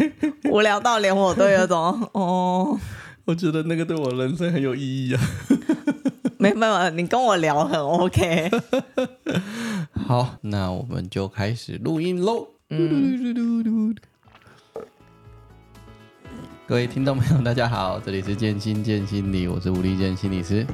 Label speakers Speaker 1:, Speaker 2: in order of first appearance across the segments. Speaker 1: 无聊到连我都有种哦，
Speaker 2: 我觉得那个对我人生很有意义啊。
Speaker 1: 没办法，你跟我聊很 OK。
Speaker 2: 好，那我们就开始录音喽。各位听众朋友，大家好，这里是建心建心理，我是吴立建心理师，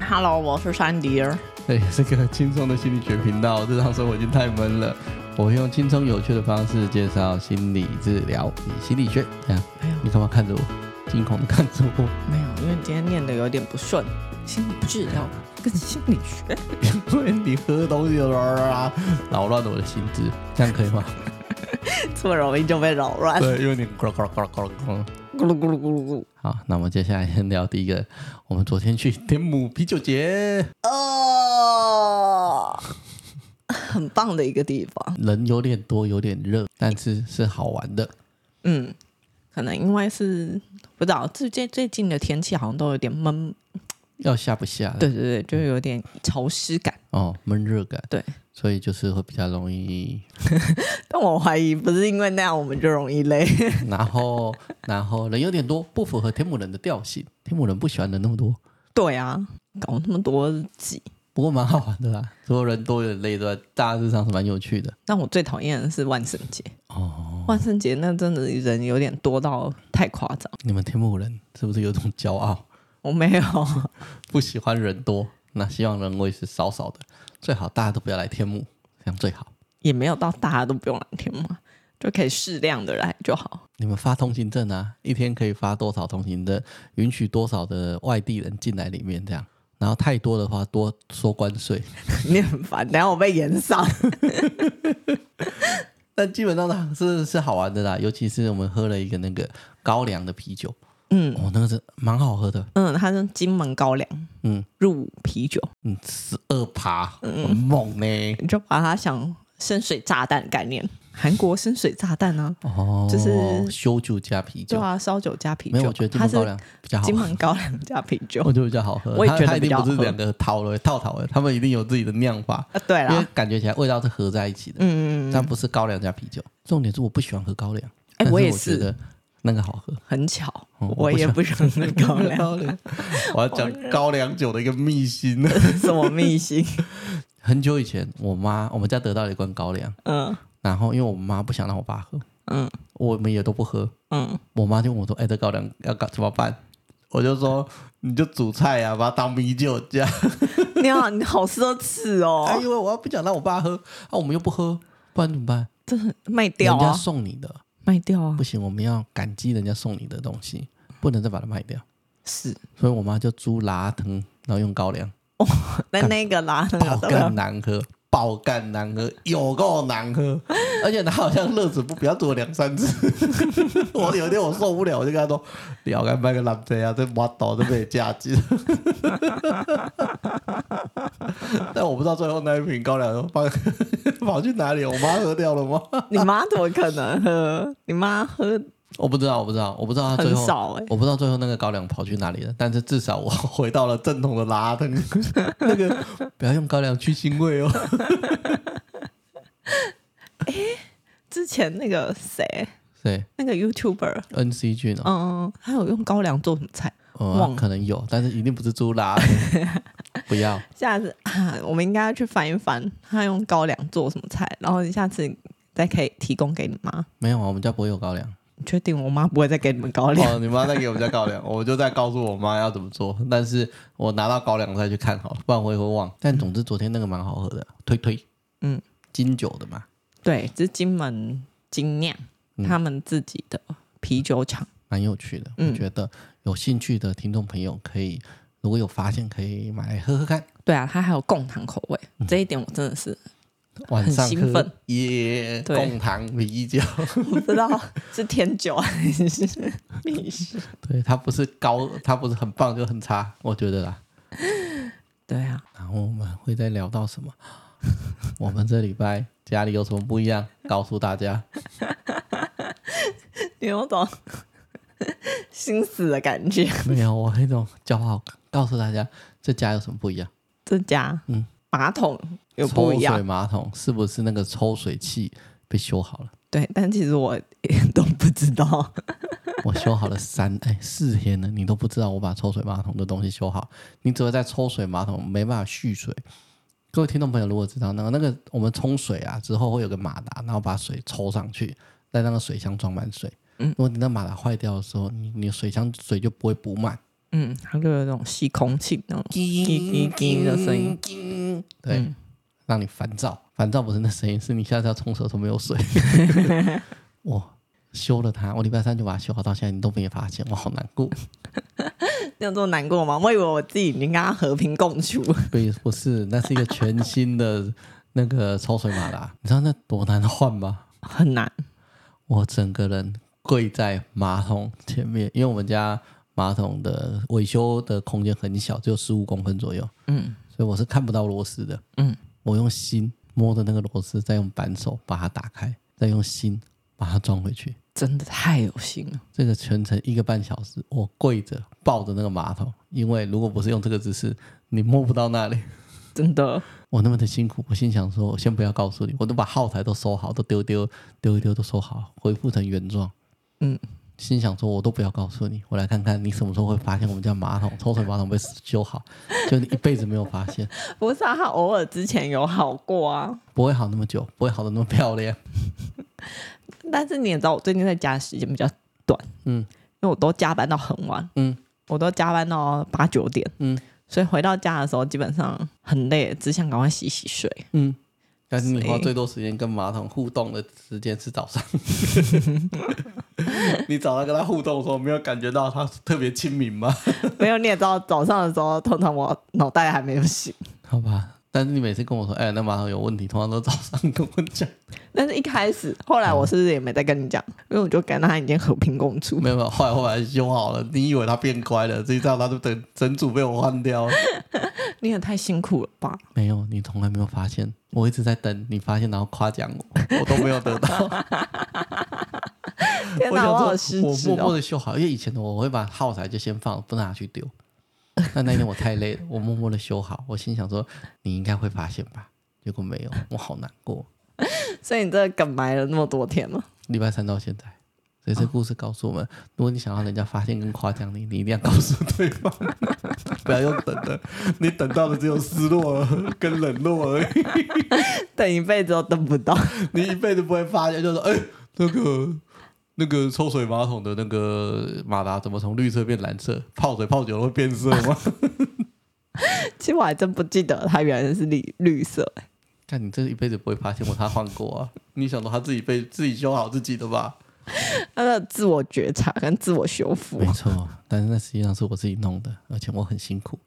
Speaker 1: Hello，我是山迪儿。
Speaker 2: 这也是个轻松的心理学频道。日常生活已经太闷了，我会用轻松有趣的方式介绍心理治疗与心理学。这样，
Speaker 1: 没有
Speaker 2: 你干嘛看着我？惊恐的看着我。
Speaker 1: 没有，因为今天念的有点不顺，心理治疗跟心理学。
Speaker 2: 所以你喝东西啦，啊扰乱了我的心智，这样可以吗？
Speaker 1: 这么容易就被扰乱，
Speaker 2: 对，因为你咕噜咕噜咕噜咕噜咕噜。
Speaker 1: 咕噜咕噜咕噜咕噜。
Speaker 2: 好，那我们接下来先聊第一个，我们昨天去天母啤酒节，
Speaker 1: 哦，很棒的一个地方。
Speaker 2: 人有点多，有点热，但是是好玩的。
Speaker 1: 嗯，可能因为是不知道最最最近的天气好像都有点闷，
Speaker 2: 要下不下的
Speaker 1: 对对对，就有点潮湿感。
Speaker 2: 哦，闷热感，
Speaker 1: 对，
Speaker 2: 所以就是会比较容易。
Speaker 1: 但我怀疑不是因为那样我们就容易累。
Speaker 2: 然后，然后人有点多，不符合天母人的调性。天母人不喜欢人那么多，
Speaker 1: 对啊，搞那么多挤。
Speaker 2: 不过蛮好玩的啦。所有人多有点累，对吧？大致上是蛮有趣的。
Speaker 1: 但我最讨厌的是万圣节，
Speaker 2: 哦，
Speaker 1: 万圣节那真的人有点多到太夸张。
Speaker 2: 你们天母人是不是有种骄傲，
Speaker 1: 我没有，
Speaker 2: 不喜欢人多？那希望人为是少少的，最好大家都不要来天母，这样最好。
Speaker 1: 也没有到大家都不用来天嘛，就可以适量的来就好。
Speaker 2: 你们发通行证啊，一天可以发多少通行证？允许多少的外地人进来里面这样？然后太多的话，多收关税。
Speaker 1: 你很烦，等一下我被延上。
Speaker 2: 但基本上呢是是好玩的啦，尤其是我们喝了一个那个高粱的啤酒，
Speaker 1: 嗯
Speaker 2: 哦，那个是蛮好喝的，
Speaker 1: 嗯，它是金门高粱
Speaker 2: 嗯
Speaker 1: 入伍啤酒，
Speaker 2: 嗯，十二趴，
Speaker 1: 嗯
Speaker 2: 很猛欸呢、
Speaker 1: 你就把它想深水炸弹概念，韩国深水炸弹啊，
Speaker 2: 哦，
Speaker 1: 就是
Speaker 2: 修酒加啤
Speaker 1: 对
Speaker 2: 酒，
Speaker 1: 啊，烧酒加啤
Speaker 2: 没
Speaker 1: 酒，
Speaker 2: 有，我觉得金
Speaker 1: 它
Speaker 2: 门
Speaker 1: 是
Speaker 2: 高粱比较好
Speaker 1: 金
Speaker 2: 喝。
Speaker 1: 门高粱加啤酒
Speaker 2: 我觉得比较好喝，
Speaker 1: 我也
Speaker 2: 它
Speaker 1: 觉得
Speaker 2: 它一定
Speaker 1: 比较
Speaker 2: 不是
Speaker 1: 好喝
Speaker 2: 两个套了套套了，他们一定有自己的酿法，
Speaker 1: 啊，对
Speaker 2: 因为
Speaker 1: 啦，
Speaker 2: 感觉起来味道是合在一起的。
Speaker 1: 嗯，
Speaker 2: 但不是高粱加啤酒。重点是我不喜欢喝高粱，
Speaker 1: 哎、
Speaker 2: 但
Speaker 1: 我也
Speaker 2: 我觉
Speaker 1: 是，
Speaker 2: 得那个好喝。
Speaker 1: 很巧，
Speaker 2: 嗯我
Speaker 1: 我
Speaker 2: 不
Speaker 1: 也
Speaker 2: 喜
Speaker 1: 不喜欢喝 高粱，
Speaker 2: 高 粱，我要讲高粱酒的一个秘辛。
Speaker 1: 什么秘辛？
Speaker 2: 很久以前，我妈我们家得到了一罐高粱，
Speaker 1: 嗯
Speaker 2: 然后因为我妈不想让我爸喝，
Speaker 1: 嗯
Speaker 2: 我们也都不喝。
Speaker 1: 嗯，
Speaker 2: 我妈就问我说：“哎、这高粱要搞怎么办？”我就说：“你就煮菜呀、啊，把它当米酒加。
Speaker 1: 你好，你好奢侈
Speaker 2: 哎，
Speaker 1: 哦，
Speaker 2: 因为我要不想让我爸喝，啊，我们又不喝，不然怎么办？
Speaker 1: 卖掉
Speaker 2: 人家
Speaker 1: 啊，
Speaker 2: 送你的
Speaker 1: 卖掉啊
Speaker 2: 不，行，我们要感激人家送你的东西，不能再把它卖掉。
Speaker 1: 是，
Speaker 2: 所以我妈就猪拉藤，然后用高 粱，
Speaker 1: 那那个啦，那
Speaker 2: 爆
Speaker 1: 个对吧
Speaker 2: 干难喝，爆干难喝，有够 难喝，而且她好像乐此不疲，要煮了两三次。我有一天我受不了，我就跟她说：“你要干卖个烂贼啊，这挖倒都被价值。” 但我不知道最后那一瓶高粱放 跑去哪里，我妈喝掉了吗？
Speaker 1: 你妈怎么可能喝？你妈喝
Speaker 2: 我不知道，我不知道，我不知道她最
Speaker 1: 很
Speaker 2: 后。
Speaker 1: 少哎、
Speaker 2: 我不知道最后那个高粱跑去哪里了，但是至少我 回到了正统的拉 登。那个不要用高粱去腥味哦。
Speaker 1: 之前那个谁，
Speaker 2: 对
Speaker 1: 那个 YouTuber，
Speaker 2: ，NC 菌
Speaker 1: 嗯，
Speaker 2: 哦，
Speaker 1: 他有用高粱做什么菜？
Speaker 2: 哦
Speaker 1: 忘，了
Speaker 2: 可能有，但是一定不是猪拉登。不要，
Speaker 1: 下次啊，我们应该要去翻一翻，他用高粱做什么菜，然后你下次再可以提供给你妈。
Speaker 2: 没有啊，我们家不会有高粱。
Speaker 1: 你确定我妈不会再给你们高粱？
Speaker 2: 哦，你妈在给我们家高粱，我就在告诉我妈要怎么做。但是我拿到高粱再去看好了，不然我也会忘。但总之昨天那个蛮好喝的，推推，
Speaker 1: 嗯，
Speaker 2: 金酒的嘛，
Speaker 1: 对，这是金门精酿、
Speaker 2: 嗯
Speaker 1: 他们自己的啤酒厂。
Speaker 2: 蛮有趣的。我
Speaker 1: 嗯
Speaker 2: 觉得有兴趣的听众朋友可以，如果有发现可以买来喝喝看。
Speaker 1: 对啊，它还有贡糖口味，这一点我真的 是
Speaker 2: 晚上
Speaker 1: 很兴奋
Speaker 2: 喝耶，
Speaker 1: 对
Speaker 2: 共糖啤酒，
Speaker 1: 不知道是甜酒啊还 是蜜雪。
Speaker 2: 对，它不是高，它不是很棒就很差，我觉得啦。
Speaker 1: 对啊，
Speaker 2: 然后我们会再聊到什么？ 我们这礼拜家里有什么不一样？告诉大家，
Speaker 1: 你有种心死的感觉。
Speaker 2: 没有，我那种骄傲感，告诉大家这家有什么不一样？
Speaker 1: 这家，
Speaker 2: 嗯
Speaker 1: 马桶有
Speaker 2: 抽
Speaker 1: 不一样
Speaker 2: 水，马桶是不是那个抽水器被修好了？
Speaker 1: 对，但其实我都不知道。
Speaker 2: 我修好了三哎四天了，你都不知道我把抽水马桶的东西修好，你只会在抽水马桶没办法蓄水。各位听众朋友，如果知道那个那个我们冲水啊之后会有个马达，然后把水抽上去，再让那个水箱装满水。
Speaker 1: 嗯
Speaker 2: 如果你的马达坏掉的时候，你你的水箱水就不会补满，
Speaker 1: 嗯，它就有那种吸空气那种，
Speaker 2: 滴
Speaker 1: 滴滴的声音，
Speaker 2: 对，让你烦躁。烦躁不是那声音，是你下次要冲水的时候没有水。我修了它，我礼拜三就把它修好，到现在你都没发现，我好难过。
Speaker 1: 你有这么难过吗？我以为我自己已经跟他和平共处。
Speaker 2: 对，不是，那是一个全新的那个抽水马达，你知道那多难换吗？
Speaker 1: 很难，
Speaker 2: 我整个人跪在马桶前面，因为我们家马桶的维修的空间很小，只有十五公分左右，
Speaker 1: 嗯
Speaker 2: 所以我是看不到螺丝的。
Speaker 1: 嗯，
Speaker 2: 我用心摸着那个螺丝，再用扳手把它打开，再用心把它装回去。
Speaker 1: 真的太有心了。
Speaker 2: 这个全程一个半小时，我跪着抱着那个马桶，因为如果不是用这个姿势，你摸不到那里。
Speaker 1: 真的，
Speaker 2: 我那么的辛苦，我心想说，我先不要告诉你，我都把耗材都收好，都丢丢丢一丢，都收好，恢复成原状。
Speaker 1: 嗯，
Speaker 2: 心想说，我都不要告诉你，我来看看你什么时候会发现我们家马桶抽水马桶被修好，就你一辈子没有发现，
Speaker 1: 不是啊，他偶尔之前有好过啊，
Speaker 2: 不会好那么久，不会好的那么 漂亮。
Speaker 1: 但是你也知道，我最近在家的时间比较短，
Speaker 2: 嗯
Speaker 1: 因为我都加班到很晚，
Speaker 2: 嗯
Speaker 1: 我都加班到八九点，
Speaker 2: 嗯
Speaker 1: 所以回到家的时候基本上很累，只想赶快洗洗睡。
Speaker 2: 嗯，但是你花
Speaker 1: 所以
Speaker 2: 最多时间跟马桶互动的时间是 早上，你早上跟他互动的时候，没有感觉到他特别亲民吗？
Speaker 1: 没有，你也知道，早上的时候通常我脑袋还没有醒，
Speaker 2: 好吧，但是你每次跟我说，哎、那马桶有问题，通常都早上跟我讲。
Speaker 1: 但是一开始，后来我是不是也没再跟你讲？因为我就跟他已经和平共处。
Speaker 2: 没有没有，后来后来修好了。你以为他变乖了，实际上他就等整组被我换掉了。
Speaker 1: 你也太辛苦了吧？
Speaker 2: 没有，你从来没有发现，我一直在等你发现，然后夸奖我，我都没有得到。
Speaker 1: 天
Speaker 2: 我想
Speaker 1: 哪，我
Speaker 2: 说
Speaker 1: 好失
Speaker 2: 我
Speaker 1: 职
Speaker 2: 默默
Speaker 1: 哦！
Speaker 2: 的修好，因为以前的我会把耗材就先放，不拿去丢。但那天我太累了，我默默的修好，我心想说你应该会发现吧，结果没有，我好难过。
Speaker 1: 所以你这梗埋了那么多天了，
Speaker 2: 礼拜三到现在，所以这故事告诉我们，如果你想让人家发现跟夸奖你，你一定要告诉对方， 不要用等的，你等到的只有失落跟冷落而已，
Speaker 1: 等一辈子都等不到。
Speaker 2: 你一辈子不会发现，就是哎、那个。那个抽水马桶的那个马达怎么从绿色变蓝色？泡水泡久了会变色吗？
Speaker 1: 其实我还真不记得它原来是绿绿色、欸
Speaker 2: 看你这一辈子不会发现我他换过啊！你想到他自己被自己修好自己的吧？
Speaker 1: 它的自我觉察跟自我修复
Speaker 2: 没。错，但是那实际上是我自己弄的，而且我很辛苦，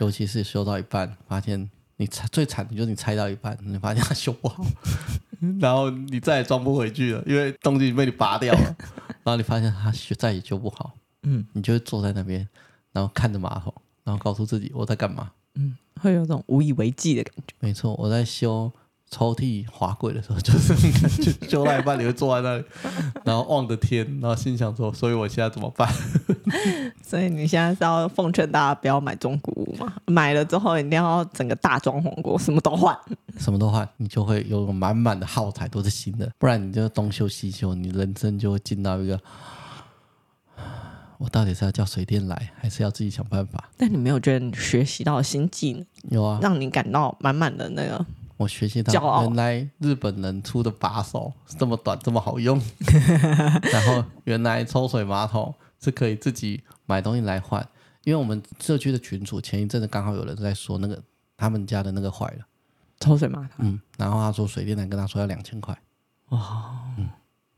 Speaker 2: 尤其是修到一半，发现你拆最惨的就是你拆到一半，你发现它修不好， 然后你再也装不回去了，因为东西被你拔掉了，然后你发现它修再也修不好，
Speaker 1: 嗯，
Speaker 2: 你就会坐在那边，然后看着马桶，然后告诉自己我在干嘛。
Speaker 1: 会有种无以为继的感觉。
Speaker 2: 没错，我在修抽屉滑柜的时候，就是这种感觉修到一半你会坐在那里，然后望着天，然后心想说，所以我现在怎么办？
Speaker 1: 所以你现在是要奉劝大家不要买中古屋嘛？买了之后一定要整个大装潢过，什么都换。
Speaker 2: 什么的话，你就会有满满的耗材都是新的，不然你就东修西修，你人生就会进到一个，我到底是要叫水电来，还是要自己想办法？
Speaker 1: 但你没有觉得你学习到新技能，
Speaker 2: 有啊，
Speaker 1: 让你感到满满的那个
Speaker 2: 我学习
Speaker 1: 骄
Speaker 2: 到
Speaker 1: 傲
Speaker 2: 原来日本人出的把手是这么短，这么好 用，然后原来抽水马桶是可以自己买东西来换，因为我们社区的群主前一阵子刚好有人在说那个他们家的那个坏了，
Speaker 1: 抽水马桶？
Speaker 2: 嗯，然后他说水电来跟他说要两千块，
Speaker 1: 啊，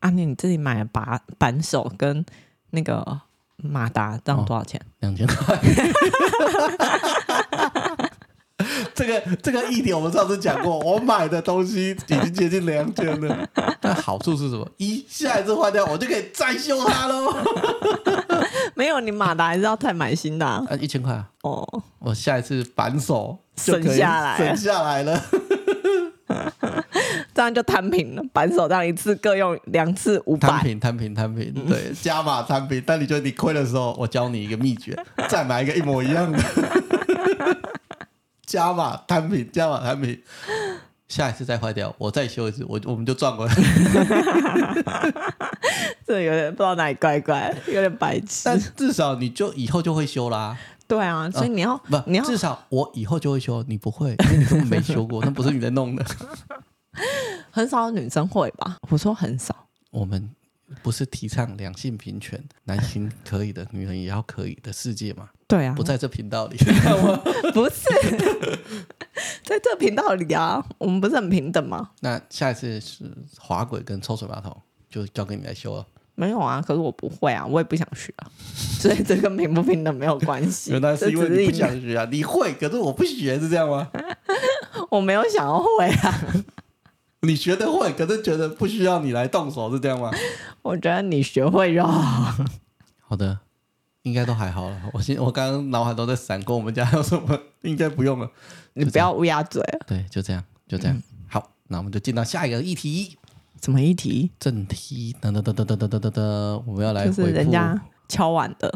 Speaker 1: 那你自己买的把扳手跟那个马达，
Speaker 2: 哦
Speaker 1: 这样多少钱？
Speaker 2: 两千块。 这个这个一点我们上次讲过，我买的东西已经接近两千了。 但好处是什么？一下一次换掉，我就可以再修它喽。
Speaker 1: 没有，你马达还是要再买新的啊、
Speaker 2: 啊，一千块啊！
Speaker 1: 哦。
Speaker 2: 我下一次扳手就可以
Speaker 1: 省下来
Speaker 2: 省下来了。
Speaker 1: 这样就摊平了，扳手这样一次各用两次五
Speaker 2: 摊
Speaker 1: 百，
Speaker 2: 平，摊平，摊平，对，嗯 加码摊平。但你觉得你亏的时候，我教你一个秘 诀，再买一个一 模一样的，加码摊平，加码摊平。下一次再坏掉，我再修一次，我我们就赚 回来。
Speaker 1: 这有点不知道哪里怪怪，有点白痴
Speaker 2: 但。至少你就以后就会修啦，
Speaker 1: 对啊，所以你要、
Speaker 2: 不，
Speaker 1: 你要
Speaker 2: 至少我以后就会修，你不会，因为你根本没修 过，那不是你在弄的。
Speaker 1: 很少女生会吧？我说很少，
Speaker 2: 我们不是提倡两性平权，男性可以的，女人也要可以的世界嘛？
Speaker 1: 对啊，
Speaker 2: 不在这频道 里，
Speaker 1: 不是在这频道里啊，我们不是很平等吗？
Speaker 2: 那下一次是滑轨跟抽水马桶，就交给你来修了，
Speaker 1: 没有啊，可是我不会啊，我也不想学啊， 所以这跟平不平等没有关系。这只是一个
Speaker 2: 学啊，你会，可是我不学，是这样 吗？
Speaker 1: 我没有想要会啊，
Speaker 2: 你学得会，可是觉得不需要你来动手，是这样吗？
Speaker 1: 我觉得你学会就 好。
Speaker 2: 好的，应该都还好了。我现我刚刚脑海都在闪过我们家有什么，应该不用了。
Speaker 1: 你不要乌鸦嘴。啊
Speaker 2: 对，就这样，就这样。好，那我们就进到下一个议题，
Speaker 1: 怎么一题？
Speaker 2: 正题。噔噔噔噔噔噔噔噔噔，我们要来
Speaker 1: 就是
Speaker 2: 回
Speaker 1: 人
Speaker 2: 复
Speaker 1: 家敲碗的，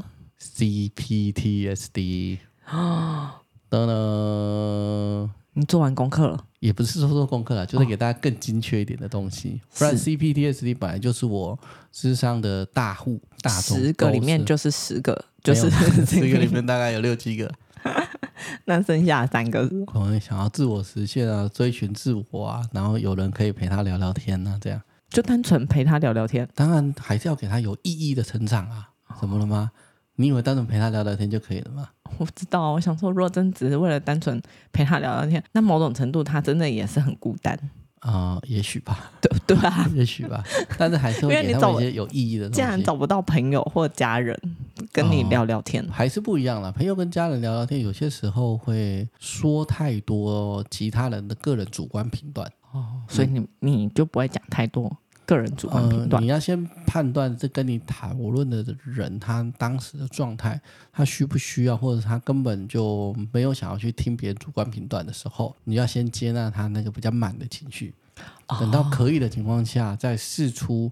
Speaker 2: CPTSD
Speaker 1: 哦
Speaker 2: 啊，噔噔。
Speaker 1: 你做完功课了？
Speaker 2: 也不是说做功课
Speaker 1: 哦
Speaker 2: 啦，就是给大家更精确一点的东西。不然 CPTSD 本来就是我智商的大户大众
Speaker 1: 十个里面
Speaker 2: 都是
Speaker 1: 就是十个， 就是
Speaker 2: 没有十个里
Speaker 1: 这
Speaker 2: 面大概有六七个，
Speaker 1: 那剩下三个是
Speaker 2: 可能想要自我实现啊，追寻自我啊，然后有人可以陪他聊聊天啊，这样
Speaker 1: 就单纯陪他聊聊天。
Speaker 2: 当然还是要给他有意义的成长啊。
Speaker 1: 哦
Speaker 2: 怎么了吗？你以为单纯陪他聊聊天就可以了吗？
Speaker 1: 我知道，我想说，如果真只是为了单纯陪他聊聊天，那某种程度他真的也是很孤单，
Speaker 2: 啊、也许吧，
Speaker 1: 对对啊？
Speaker 2: 也许吧，但是还是会
Speaker 1: 因为
Speaker 2: 给
Speaker 1: 你
Speaker 2: 他
Speaker 1: 找
Speaker 2: 们一些有意义的东西。
Speaker 1: 竟然找不到朋友或家人跟你聊聊天，
Speaker 2: 还是不一样啦。朋友跟家人聊聊天，有些时候会说太多其他人的个人主观评断。
Speaker 1: 所以你你就不会讲太多个人主观评
Speaker 2: 呃，
Speaker 1: 断。
Speaker 2: 你要先判断这跟你讨论的人他当时的状态，他需不需要，或者他根本就没有想要去听别人主观评断的时候，你要先接纳他那个比较满的情绪，
Speaker 1: 哦
Speaker 2: 等到可以的情况下，再试出。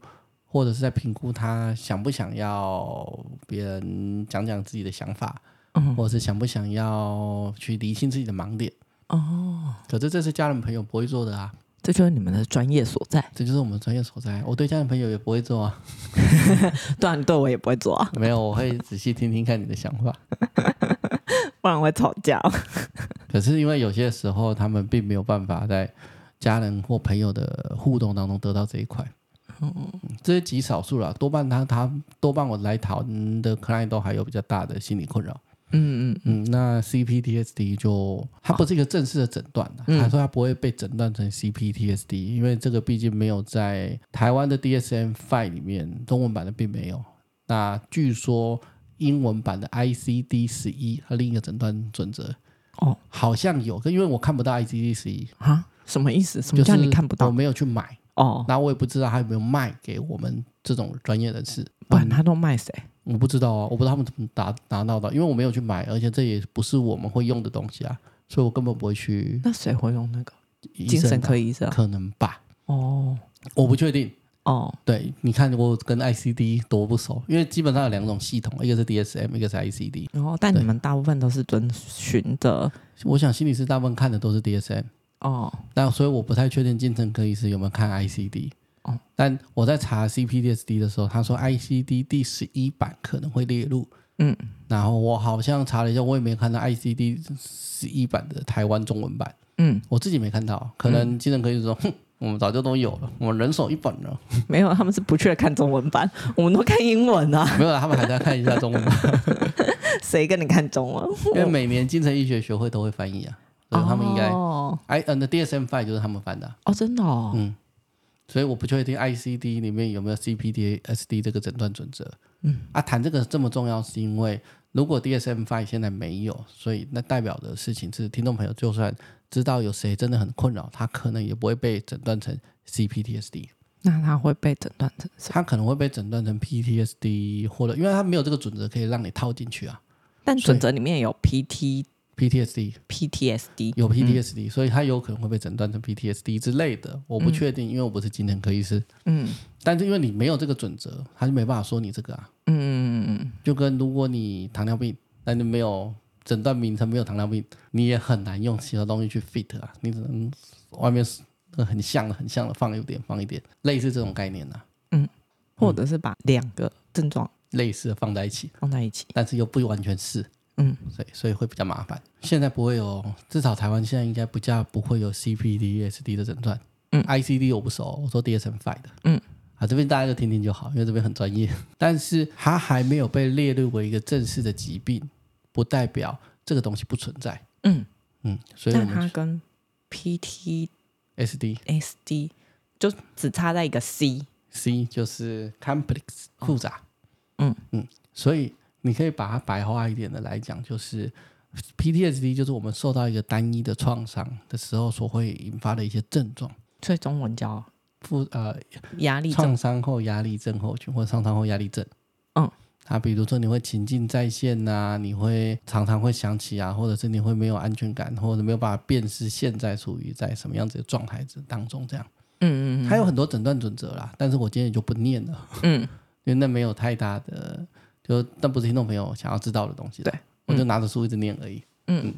Speaker 2: 或者是在评估他想不想要别人讲讲自己的想法，
Speaker 1: 嗯
Speaker 2: 或者是想不想要去理清自己的盲点。哦，可是这是家人朋友不会做的啊，
Speaker 1: 这就是你们的专业所在。
Speaker 2: 这就是我们专业所在。我对家人朋友也不会做啊。
Speaker 1: 对啊，你对我也不会做啊，
Speaker 2: 没有，我会仔细听听看你的想法。
Speaker 1: 不然会吵架。
Speaker 2: 可是因为有些时候他们并没有办法在家人或朋友的互动当中得到这一块，嗯，这是极少数啦，多半他他多半我来讨论的 client 都还有比较大的心理困扰。
Speaker 1: 嗯嗯，
Speaker 2: 嗯，那 CPTSD 就它不是一个正式的诊断啦，
Speaker 1: 嗯
Speaker 2: 他说它不会被诊断成 CPTSD，因为这个毕竟没有在台湾的 DSM Five 里面中文版的并没有。那据说英文版的 ICD 十一，它另一个诊断准则
Speaker 1: 哦
Speaker 2: 好像有，因为我看不到 ICD 十一，
Speaker 1: 啊，什么意思？什
Speaker 2: 就
Speaker 1: 么叫
Speaker 2: 是
Speaker 1: 你看不
Speaker 2: 我
Speaker 1: 到？
Speaker 2: 没有去买，
Speaker 1: 哦，
Speaker 2: 那我也不知道它有没有卖给我们这种专业人士。
Speaker 1: 不然他都卖谁？
Speaker 2: 我不知道啊，我不知道他们怎么达拿到的，因为我没有去买，而且这也不是我们会用的东西啊，所以我根本不会去
Speaker 1: 那谁会用那个
Speaker 2: 医
Speaker 1: 精神
Speaker 2: 生
Speaker 1: 科医生啊？
Speaker 2: 可能吧，
Speaker 1: 哦
Speaker 2: 我不确定。
Speaker 1: 哦，
Speaker 2: 对，你看我跟 ICD 多不熟，因为基本上有两种系统，一个是 DSM，一个是 ICD。
Speaker 1: 然后哦但你们大部分都是遵循的
Speaker 2: 我想心理师大部分看的都是 DSM，
Speaker 1: 哦，
Speaker 2: 那所以我不太确定精神科医师有没有看 ICD。
Speaker 1: 哦
Speaker 2: 但我在查 CPTSD 的时候，他说 ICD 第十一版可能会列入，
Speaker 1: 嗯，
Speaker 2: 然后我好像查了一下，我也没看到 ICD 十一版的台湾中文版，
Speaker 1: 嗯，
Speaker 2: 我自己没看到，可能精神科医师说， 哼，我们早就都有了，我们人手一本了，
Speaker 1: 没有，他们是不去看中文版，我们都看英文啊。
Speaker 2: 没有啦，他们还在看一下中文版，
Speaker 1: 谁跟你看中文？
Speaker 2: 因为每年精神医学学会都会翻译啊，所以他们应该
Speaker 1: 哦
Speaker 2: I 嗯的 DSM five 就是他们翻的啊、
Speaker 1: 哦，真的哦，
Speaker 2: 嗯所以我不确定 ICD 里面有没有 CPTSD 这个诊断准则。嗯，啊，谈这个这么重要，是因为如果 DSM five 现在没有，所以那代表的事情是，听众朋友就算知道有谁真的很困扰，他可能也不会被诊断成 CPTSD，
Speaker 1: 那他会被诊断成什么？
Speaker 2: 他可能会被诊断成 PTSD，或者因为他没有这个准则可以让你套进去啊。
Speaker 1: 但准则里面有 PT、
Speaker 2: PTSD
Speaker 1: PTSD
Speaker 2: 有 PTSD，、所以他有可能会被诊断成 PTSD 之类的，我不确定，因为我不是精神科医师。
Speaker 1: 嗯。
Speaker 2: 但是因为你没有这个准则，他就没办法说你这个啊。
Speaker 1: 嗯，
Speaker 2: 就跟如果你糖尿病，但你没有诊断名称，没有糖尿病，你也很难用其他东西去 fit 啊，你只能外面那很像的，很像的，放一点，放一点，类似这种概念呐、啊
Speaker 1: 或者是把两个症状
Speaker 2: 类似的放在一起，
Speaker 1: 放在一起。
Speaker 2: 但是又不完全是，
Speaker 1: 嗯，
Speaker 2: 所以所以会比较麻烦。现在不会有，至少台湾现在应该不叫不会有 CPDSD E 的诊断，
Speaker 1: 嗯
Speaker 2: ，ICD 我不熟，我说 DSM five 的，
Speaker 1: 嗯，
Speaker 2: 啊这边大家就听听就好，因为这边很专业，但是它还没有被列入为一个正式的疾病，不代表这个东西不存在，
Speaker 1: 嗯，
Speaker 2: 嗯，所以我
Speaker 1: 但它
Speaker 2: 们
Speaker 1: 跟 PTSD
Speaker 2: SD。
Speaker 1: 就只差在一个 C，
Speaker 2: C 就是 complex 复杂，
Speaker 1: 哦嗯
Speaker 2: 嗯，所以你可以把它白话一点的来讲，就是 PTSD 就是我们受到一个单一的创伤的时候所会引发的一些症状，
Speaker 1: 所以中文叫
Speaker 2: 复呃
Speaker 1: 压力症。
Speaker 2: 创伤后压力症候群或创伤后压力症，
Speaker 1: 嗯，
Speaker 2: 啊，比如说你会情境再现呐、你会常常会想起啊，或者是你会没有安全感，或者没有办法辨识现在处于在什么样子的状态之当中，这样，
Speaker 1: 嗯嗯
Speaker 2: 还有很多诊断准则啦，但是我今天也就不念了。
Speaker 1: 嗯
Speaker 2: 因为那没有太大的，就那不是听众朋友想要知道的东西啦。
Speaker 1: 对
Speaker 2: 我就拿着书一直念而已。
Speaker 1: 嗯，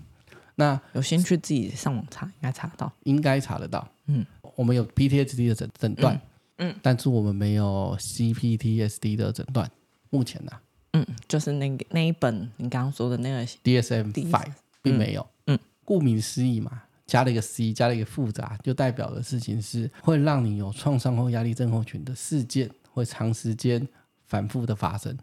Speaker 2: 那
Speaker 1: 有兴趣自己上网查，应该查得到。
Speaker 2: 应该查得到。
Speaker 1: 嗯，
Speaker 2: 我们有 PTSD 的诊诊断，
Speaker 1: 嗯嗯
Speaker 2: 但是我们没有 CPTSD 的诊断。目前呢、啊、
Speaker 1: 嗯，就是那个那一本你刚刚说的那个，
Speaker 2: ，DSM
Speaker 1: DS
Speaker 2: five 并没有。
Speaker 1: 嗯，
Speaker 2: 顾名思义嘛，加了一个 C，加了一个复杂，就代表的事情是会让你有创伤后压力症候群的事件会长时间反复的发生，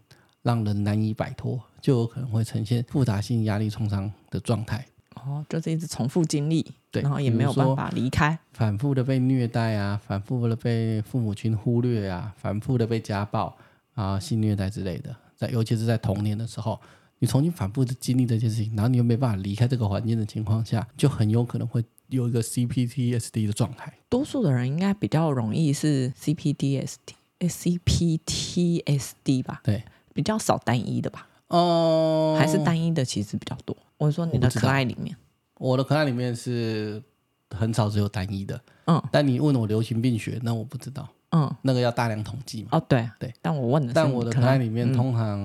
Speaker 2: 让人难以摆脱，就有可能会呈现复杂性压力创伤的状态。
Speaker 1: 哦，就是一直重复经历，
Speaker 2: 对
Speaker 1: 然后也没有
Speaker 2: 比如
Speaker 1: 办
Speaker 2: 说
Speaker 1: 法离开。
Speaker 2: 反复的被虐待啊，反复的被父母亲忽略啊，反复的被家暴啊、性虐待之类的，在尤其是在童年的时候，你重新反复的经历这件事情，然后你又没办法离开这个环境的情况下，就很有可能会有一个 CPTSD 的状态。
Speaker 1: 多数的人应该比较容易是 CPDSD、诶 CPTSD 吧，
Speaker 2: 对，
Speaker 1: 比较少单一的吧，
Speaker 2: 哦、
Speaker 1: 还是单一的其实比较多。我说你的
Speaker 2: 我不知道
Speaker 1: client 里面，
Speaker 2: 我的可爱里面是很少只有单一的，
Speaker 1: 嗯
Speaker 2: 但你问我流行病学，那我不知道，
Speaker 1: 嗯，
Speaker 2: 那个要大量统计嘛。
Speaker 1: 哦对
Speaker 2: 对，
Speaker 1: 但我问的是
Speaker 2: 但我的
Speaker 1: client
Speaker 2: 档案里面通常、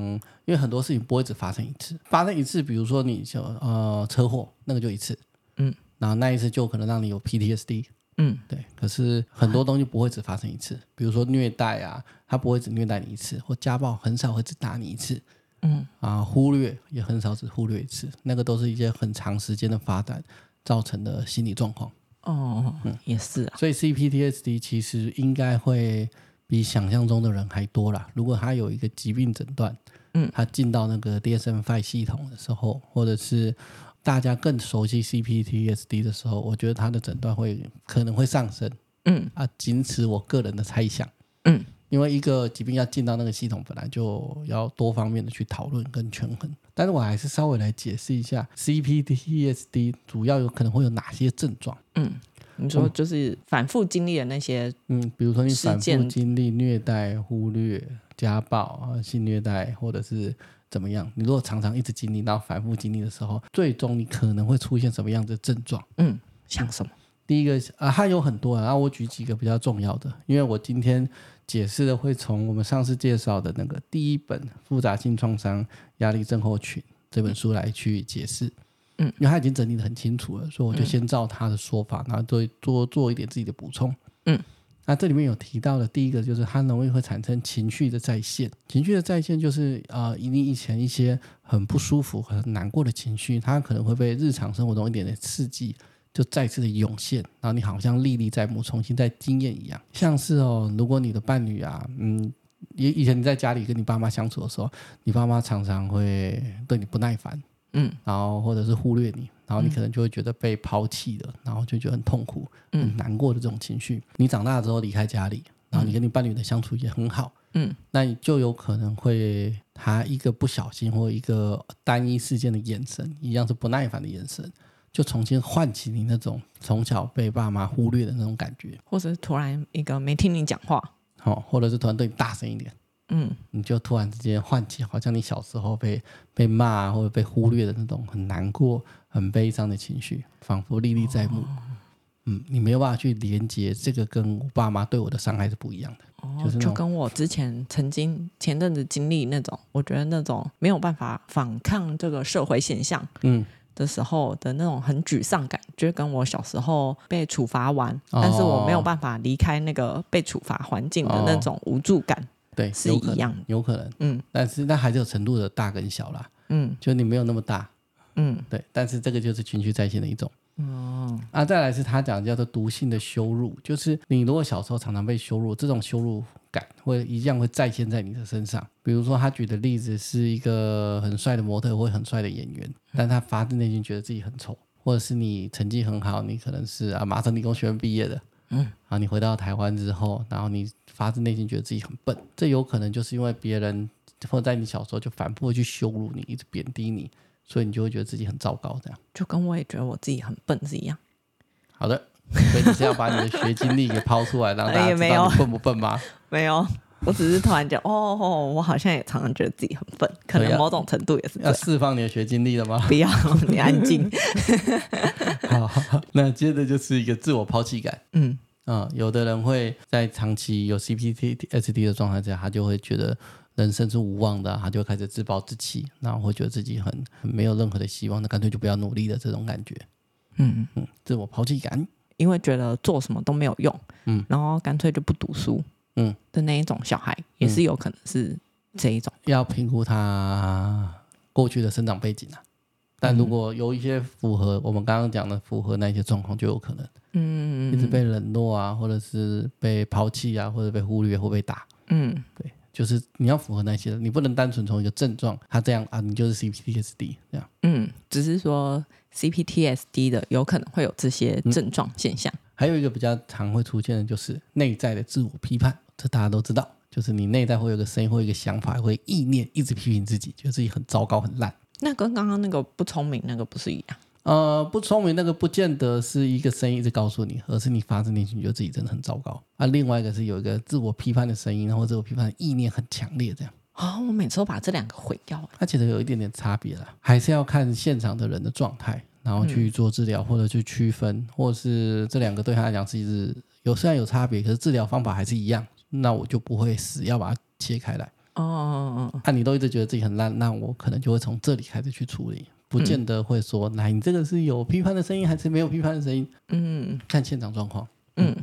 Speaker 2: 因为很多事情不会只发生一次，发生一次，比如说你就呃车祸，那个就一次，
Speaker 1: 嗯，
Speaker 2: 然后那一次就可能让你有 PTSD，
Speaker 1: 嗯
Speaker 2: 对。可是很多东西不会只发生一次，比如说虐待啊，他不会只虐待你一次，或家暴很少会只打你一次，
Speaker 1: 嗯
Speaker 2: 啊，忽略也很少只忽略一次，那个都是一些很长时间的发展造成的心理状况。
Speaker 1: 哦
Speaker 2: 嗯
Speaker 1: 也是啊，
Speaker 2: 所以 CPTSD 其实应该会比想象中的人还多啦。如果他有一个疾病诊断，
Speaker 1: 嗯，
Speaker 2: 他进到那个 DSM-5 系统的时候，或者是大家更熟悉 CPTSD 的时候，我觉得他的诊断会可能会上升
Speaker 1: 嗯
Speaker 2: 啊，仅此我个人的猜想。
Speaker 1: 嗯，
Speaker 2: 因为一个疾病要进到那个系统，本来就要多方面的去讨论跟权衡。但是我还是稍微来解释一下 CPTSD 主要有可能会有哪些症状。
Speaker 1: 嗯，你说就是反复经历的那些，
Speaker 2: 嗯，比如说你
Speaker 1: 事
Speaker 2: 反复
Speaker 1: 件
Speaker 2: 经历虐待、忽略、家暴啊、性虐待，或者是怎么样，你如果常常一直经历，然后反复经历的时候，最终你可能会出现什么样的症状？
Speaker 1: 嗯，像什么，
Speaker 2: 第一个啊，它有很多啊，然后我举几个比较重要的，因为我今天解释的会从我们上次介绍的那个第一本《复杂性创伤压力症候群》这本书来去解释。
Speaker 1: 嗯，
Speaker 2: 因为它已经整理的很清楚了，所以我就先照他的说法，然后多多做一点自己的补充。
Speaker 1: 嗯，
Speaker 2: 那这里面有提到的第一个就是它容易会产生情绪的再现，情绪的再现就是呃，你以前一些很不舒服、很难过的情绪，它可能会被日常生活中一点点刺激，就再次的涌现，然后你好像历历在目，重新再经验一样。像是哦，如果你的伴侣啊，嗯，以以前你在家里跟你爸妈相处的时候，你爸妈常常会对你不耐烦，
Speaker 1: 嗯
Speaker 2: 然后或者是忽略你，然后你可能就会觉得被抛弃了，然后就觉得很痛苦、
Speaker 1: 嗯
Speaker 2: 很难过的这种情绪。你长大之后离开家里，然后你跟你伴侣的相处也很好，
Speaker 1: 嗯
Speaker 2: 那你就有可能会他一个不小心或一个单一事件的眼神，一样是不耐烦的眼神，就重新唤起你那种从小被爸妈忽略的那种感觉，
Speaker 1: 或者是突然一个没听你讲话，
Speaker 2: 哦，或者是突然对你大声一点，
Speaker 1: 嗯
Speaker 2: 你就突然之间唤起，好像你小时候被被骂啊或者被忽略的那种很难过、很悲伤的情绪，仿佛历历在目。
Speaker 1: 哦
Speaker 2: 嗯，你没有办法去连接这个跟我爸妈对我的伤害是不一样的。
Speaker 1: 哦
Speaker 2: 就是那，种
Speaker 1: 就跟我之前曾经前阵子经历那种，我觉得那种没有办法反抗这个社会现象。
Speaker 2: 嗯，
Speaker 1: 的时候的那种很沮丧感，就跟我小时候被处罚完，
Speaker 2: 哦
Speaker 1: 但是我没有办法离开那个被处罚环境的那种无助感。
Speaker 2: 对，
Speaker 1: 是
Speaker 2: 有可能
Speaker 1: 一样的
Speaker 2: 有可能，
Speaker 1: 嗯
Speaker 2: 但是那还是有程度的大跟小啦，
Speaker 1: 嗯
Speaker 2: 就你没有那么大，
Speaker 1: 嗯，
Speaker 2: 对，但是这个就是情绪在线的一种。哦，啊，再来是他讲的叫做毒性的羞辱，就是你如果小时候常常被羞辱，这种羞辱感会一样会再现在你的身上。比如说，他举的例子是一个很帅的模特或很帅的演员，但他发自内心觉得自己很丑，或者是你成绩很好，你可能是啊麻省理工学院毕业的，嗯，啊，你回到台湾之后，然后你发自内心觉得自己很笨，这有可能就是因为别人或者在你小时候就反复地去羞辱你，一直贬低你，所以你就会觉得自己很糟糕。这样，
Speaker 1: 就跟我也觉得我自己很笨是一样。
Speaker 2: 好的，所以你是要把你的学经历给抛出来，让大家
Speaker 1: 哎也
Speaker 2: 知
Speaker 1: 没
Speaker 2: 道
Speaker 1: 有
Speaker 2: 你笨不 笨吗？
Speaker 1: 没有，我只是突然觉得，哦，我好像也常常觉得自己很笨，可
Speaker 2: 对
Speaker 1: 能
Speaker 2: 啊
Speaker 1: 某种程度也是这
Speaker 2: 要
Speaker 1: 样。
Speaker 2: 释放你的学经历了吗？
Speaker 1: 不要， 你安静。
Speaker 2: 好， 那接着就是一个自我抛弃感。
Speaker 1: 嗯，
Speaker 2: 啊、有的人会在长期有 CPTSD 的状态之下，他就会觉得人生是无望的啊、他就会开始自暴自弃，然后会觉得自己很很没有任何的希望，那干脆就不要努力的这种感觉。
Speaker 1: 嗯，
Speaker 2: 嗯，自我抛弃感。
Speaker 1: 因为觉得做什么都没有用，
Speaker 2: 嗯
Speaker 1: 嗯，然后干脆就不读书，
Speaker 2: 嗯
Speaker 1: 嗯的那一种小孩，也是有可能是这一种。
Speaker 2: 要评估他过去的生长背景啊。但如果有一些符合我们刚刚讲的符合那些状况，就有可能
Speaker 1: 嗯
Speaker 2: 一直被冷落啊，或者是被抛弃啊，或者被忽略或被打，
Speaker 1: 嗯，
Speaker 2: 就是你要符合那些，你不能单纯从一个症状，他这样啊，你就是 CPTSD 这样。
Speaker 1: 嗯，只是说 CPTSD 的有可能会有这些症状现象。
Speaker 2: 还有一个比较常会出现的就是内在的自我批判，这大家都知道，就是你内在会有个声音，会有一个想法，会意念一直批评自己，觉得自己很糟糕、很烂。
Speaker 1: 那跟刚刚那个不聪明那个不是一样？
Speaker 2: 呃，不聪明那个不见得是一个声音一直告诉你，而是你发自内心觉得自己真的很糟糕。啊，另外一个是有一个自我批判的声音，然后自我批判的意念很强烈，这样，
Speaker 1: 啊、我每次都把这两个毁掉、欸。
Speaker 2: 它其实有一点点差别啦，还是要看现场的人的状态，然后去做治疗或者去区分，或是这两个对他来讲是一直有虽然有差别，可是治疗方法还是一样，那我就不会死要把它切开来。
Speaker 1: 哦，
Speaker 2: 啊，你都一直觉得自己很烂，那我可能就会从这里开始去处理，不见得会说，来、你这个是有批判的声音还是没有批判的声音，
Speaker 1: 嗯
Speaker 2: 看现场状况。
Speaker 1: 嗯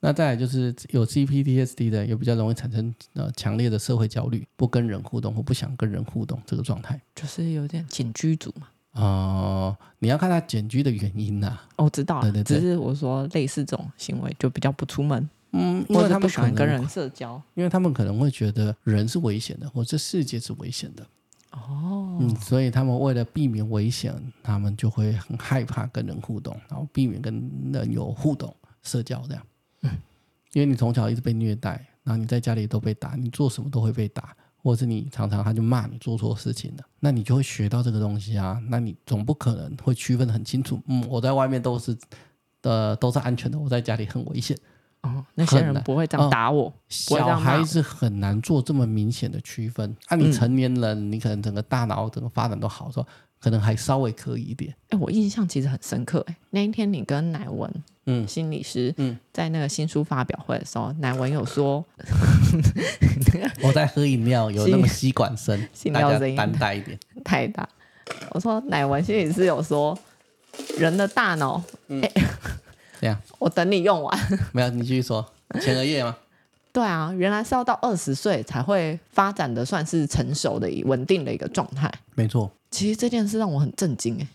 Speaker 2: 那再来就是有 CPTSD 的，也比较容易产生呃强烈的社会焦虑，不跟人互动或不想跟人互动这个状态。
Speaker 1: 就是有点紧居族嘛。
Speaker 2: 哦、你要看他检居的原因呐、
Speaker 1: 哦，知道了，
Speaker 2: 对对对
Speaker 1: 只是我说类似这种行为就比较不出门，
Speaker 2: 嗯，因
Speaker 1: 或
Speaker 2: 为
Speaker 1: 者
Speaker 2: 他
Speaker 1: 不
Speaker 2: 们
Speaker 1: 喜
Speaker 2: 可
Speaker 1: 欢
Speaker 2: 能
Speaker 1: 跟人社交。
Speaker 2: 因为他们可能会觉得人是危险的，或这世界是危险的。
Speaker 1: 哦，
Speaker 2: 嗯，所以他们为了避免危险，他们就会很害怕跟人互动，然后避免跟人有互动、社交这样。因为你从小一直被虐待，然后你在家里都被打，你做什么都会被打，或者是你常常他就骂你做错事情了，那你就会学到这个东西啊。那你总不可能会区分得很清楚，嗯，我在外面都是呃都是安全的，我在家里很危险。
Speaker 1: 哦，那些
Speaker 2: 很
Speaker 1: 人
Speaker 2: 难
Speaker 1: 不会这样
Speaker 2: 哦
Speaker 1: 打我，不会这
Speaker 2: 小
Speaker 1: 样骂
Speaker 2: 孩
Speaker 1: 我
Speaker 2: 子很难做这么明显的区分。啊，你
Speaker 1: 嗯
Speaker 2: 成年人，你可能整个大脑整个发展都好的时候，可能还稍微可以一点。
Speaker 1: 哎、我印象其实很深刻、哎，那一天你跟乃文，
Speaker 2: 嗯
Speaker 1: 嗯，心理师，
Speaker 2: 嗯
Speaker 1: 嗯，在那个新书发表会的时候，乃文有说，
Speaker 2: 我在喝饮料，有
Speaker 1: 吸
Speaker 2: 那么吸管 声，
Speaker 1: 吸
Speaker 2: 大
Speaker 1: 料
Speaker 2: 家
Speaker 1: 声音
Speaker 2: 担待一点。
Speaker 1: 太大，我说乃文心理师有说，人的大脑，哎
Speaker 2: 嗯 这样
Speaker 1: 我等你用完。
Speaker 2: 没有，你继续说。前额叶吗？
Speaker 1: 对啊，原来是要到二十岁才会发展的算是成熟的、稳定的一个状态。
Speaker 2: 没错，
Speaker 1: 其实这件事让我很震惊、哎，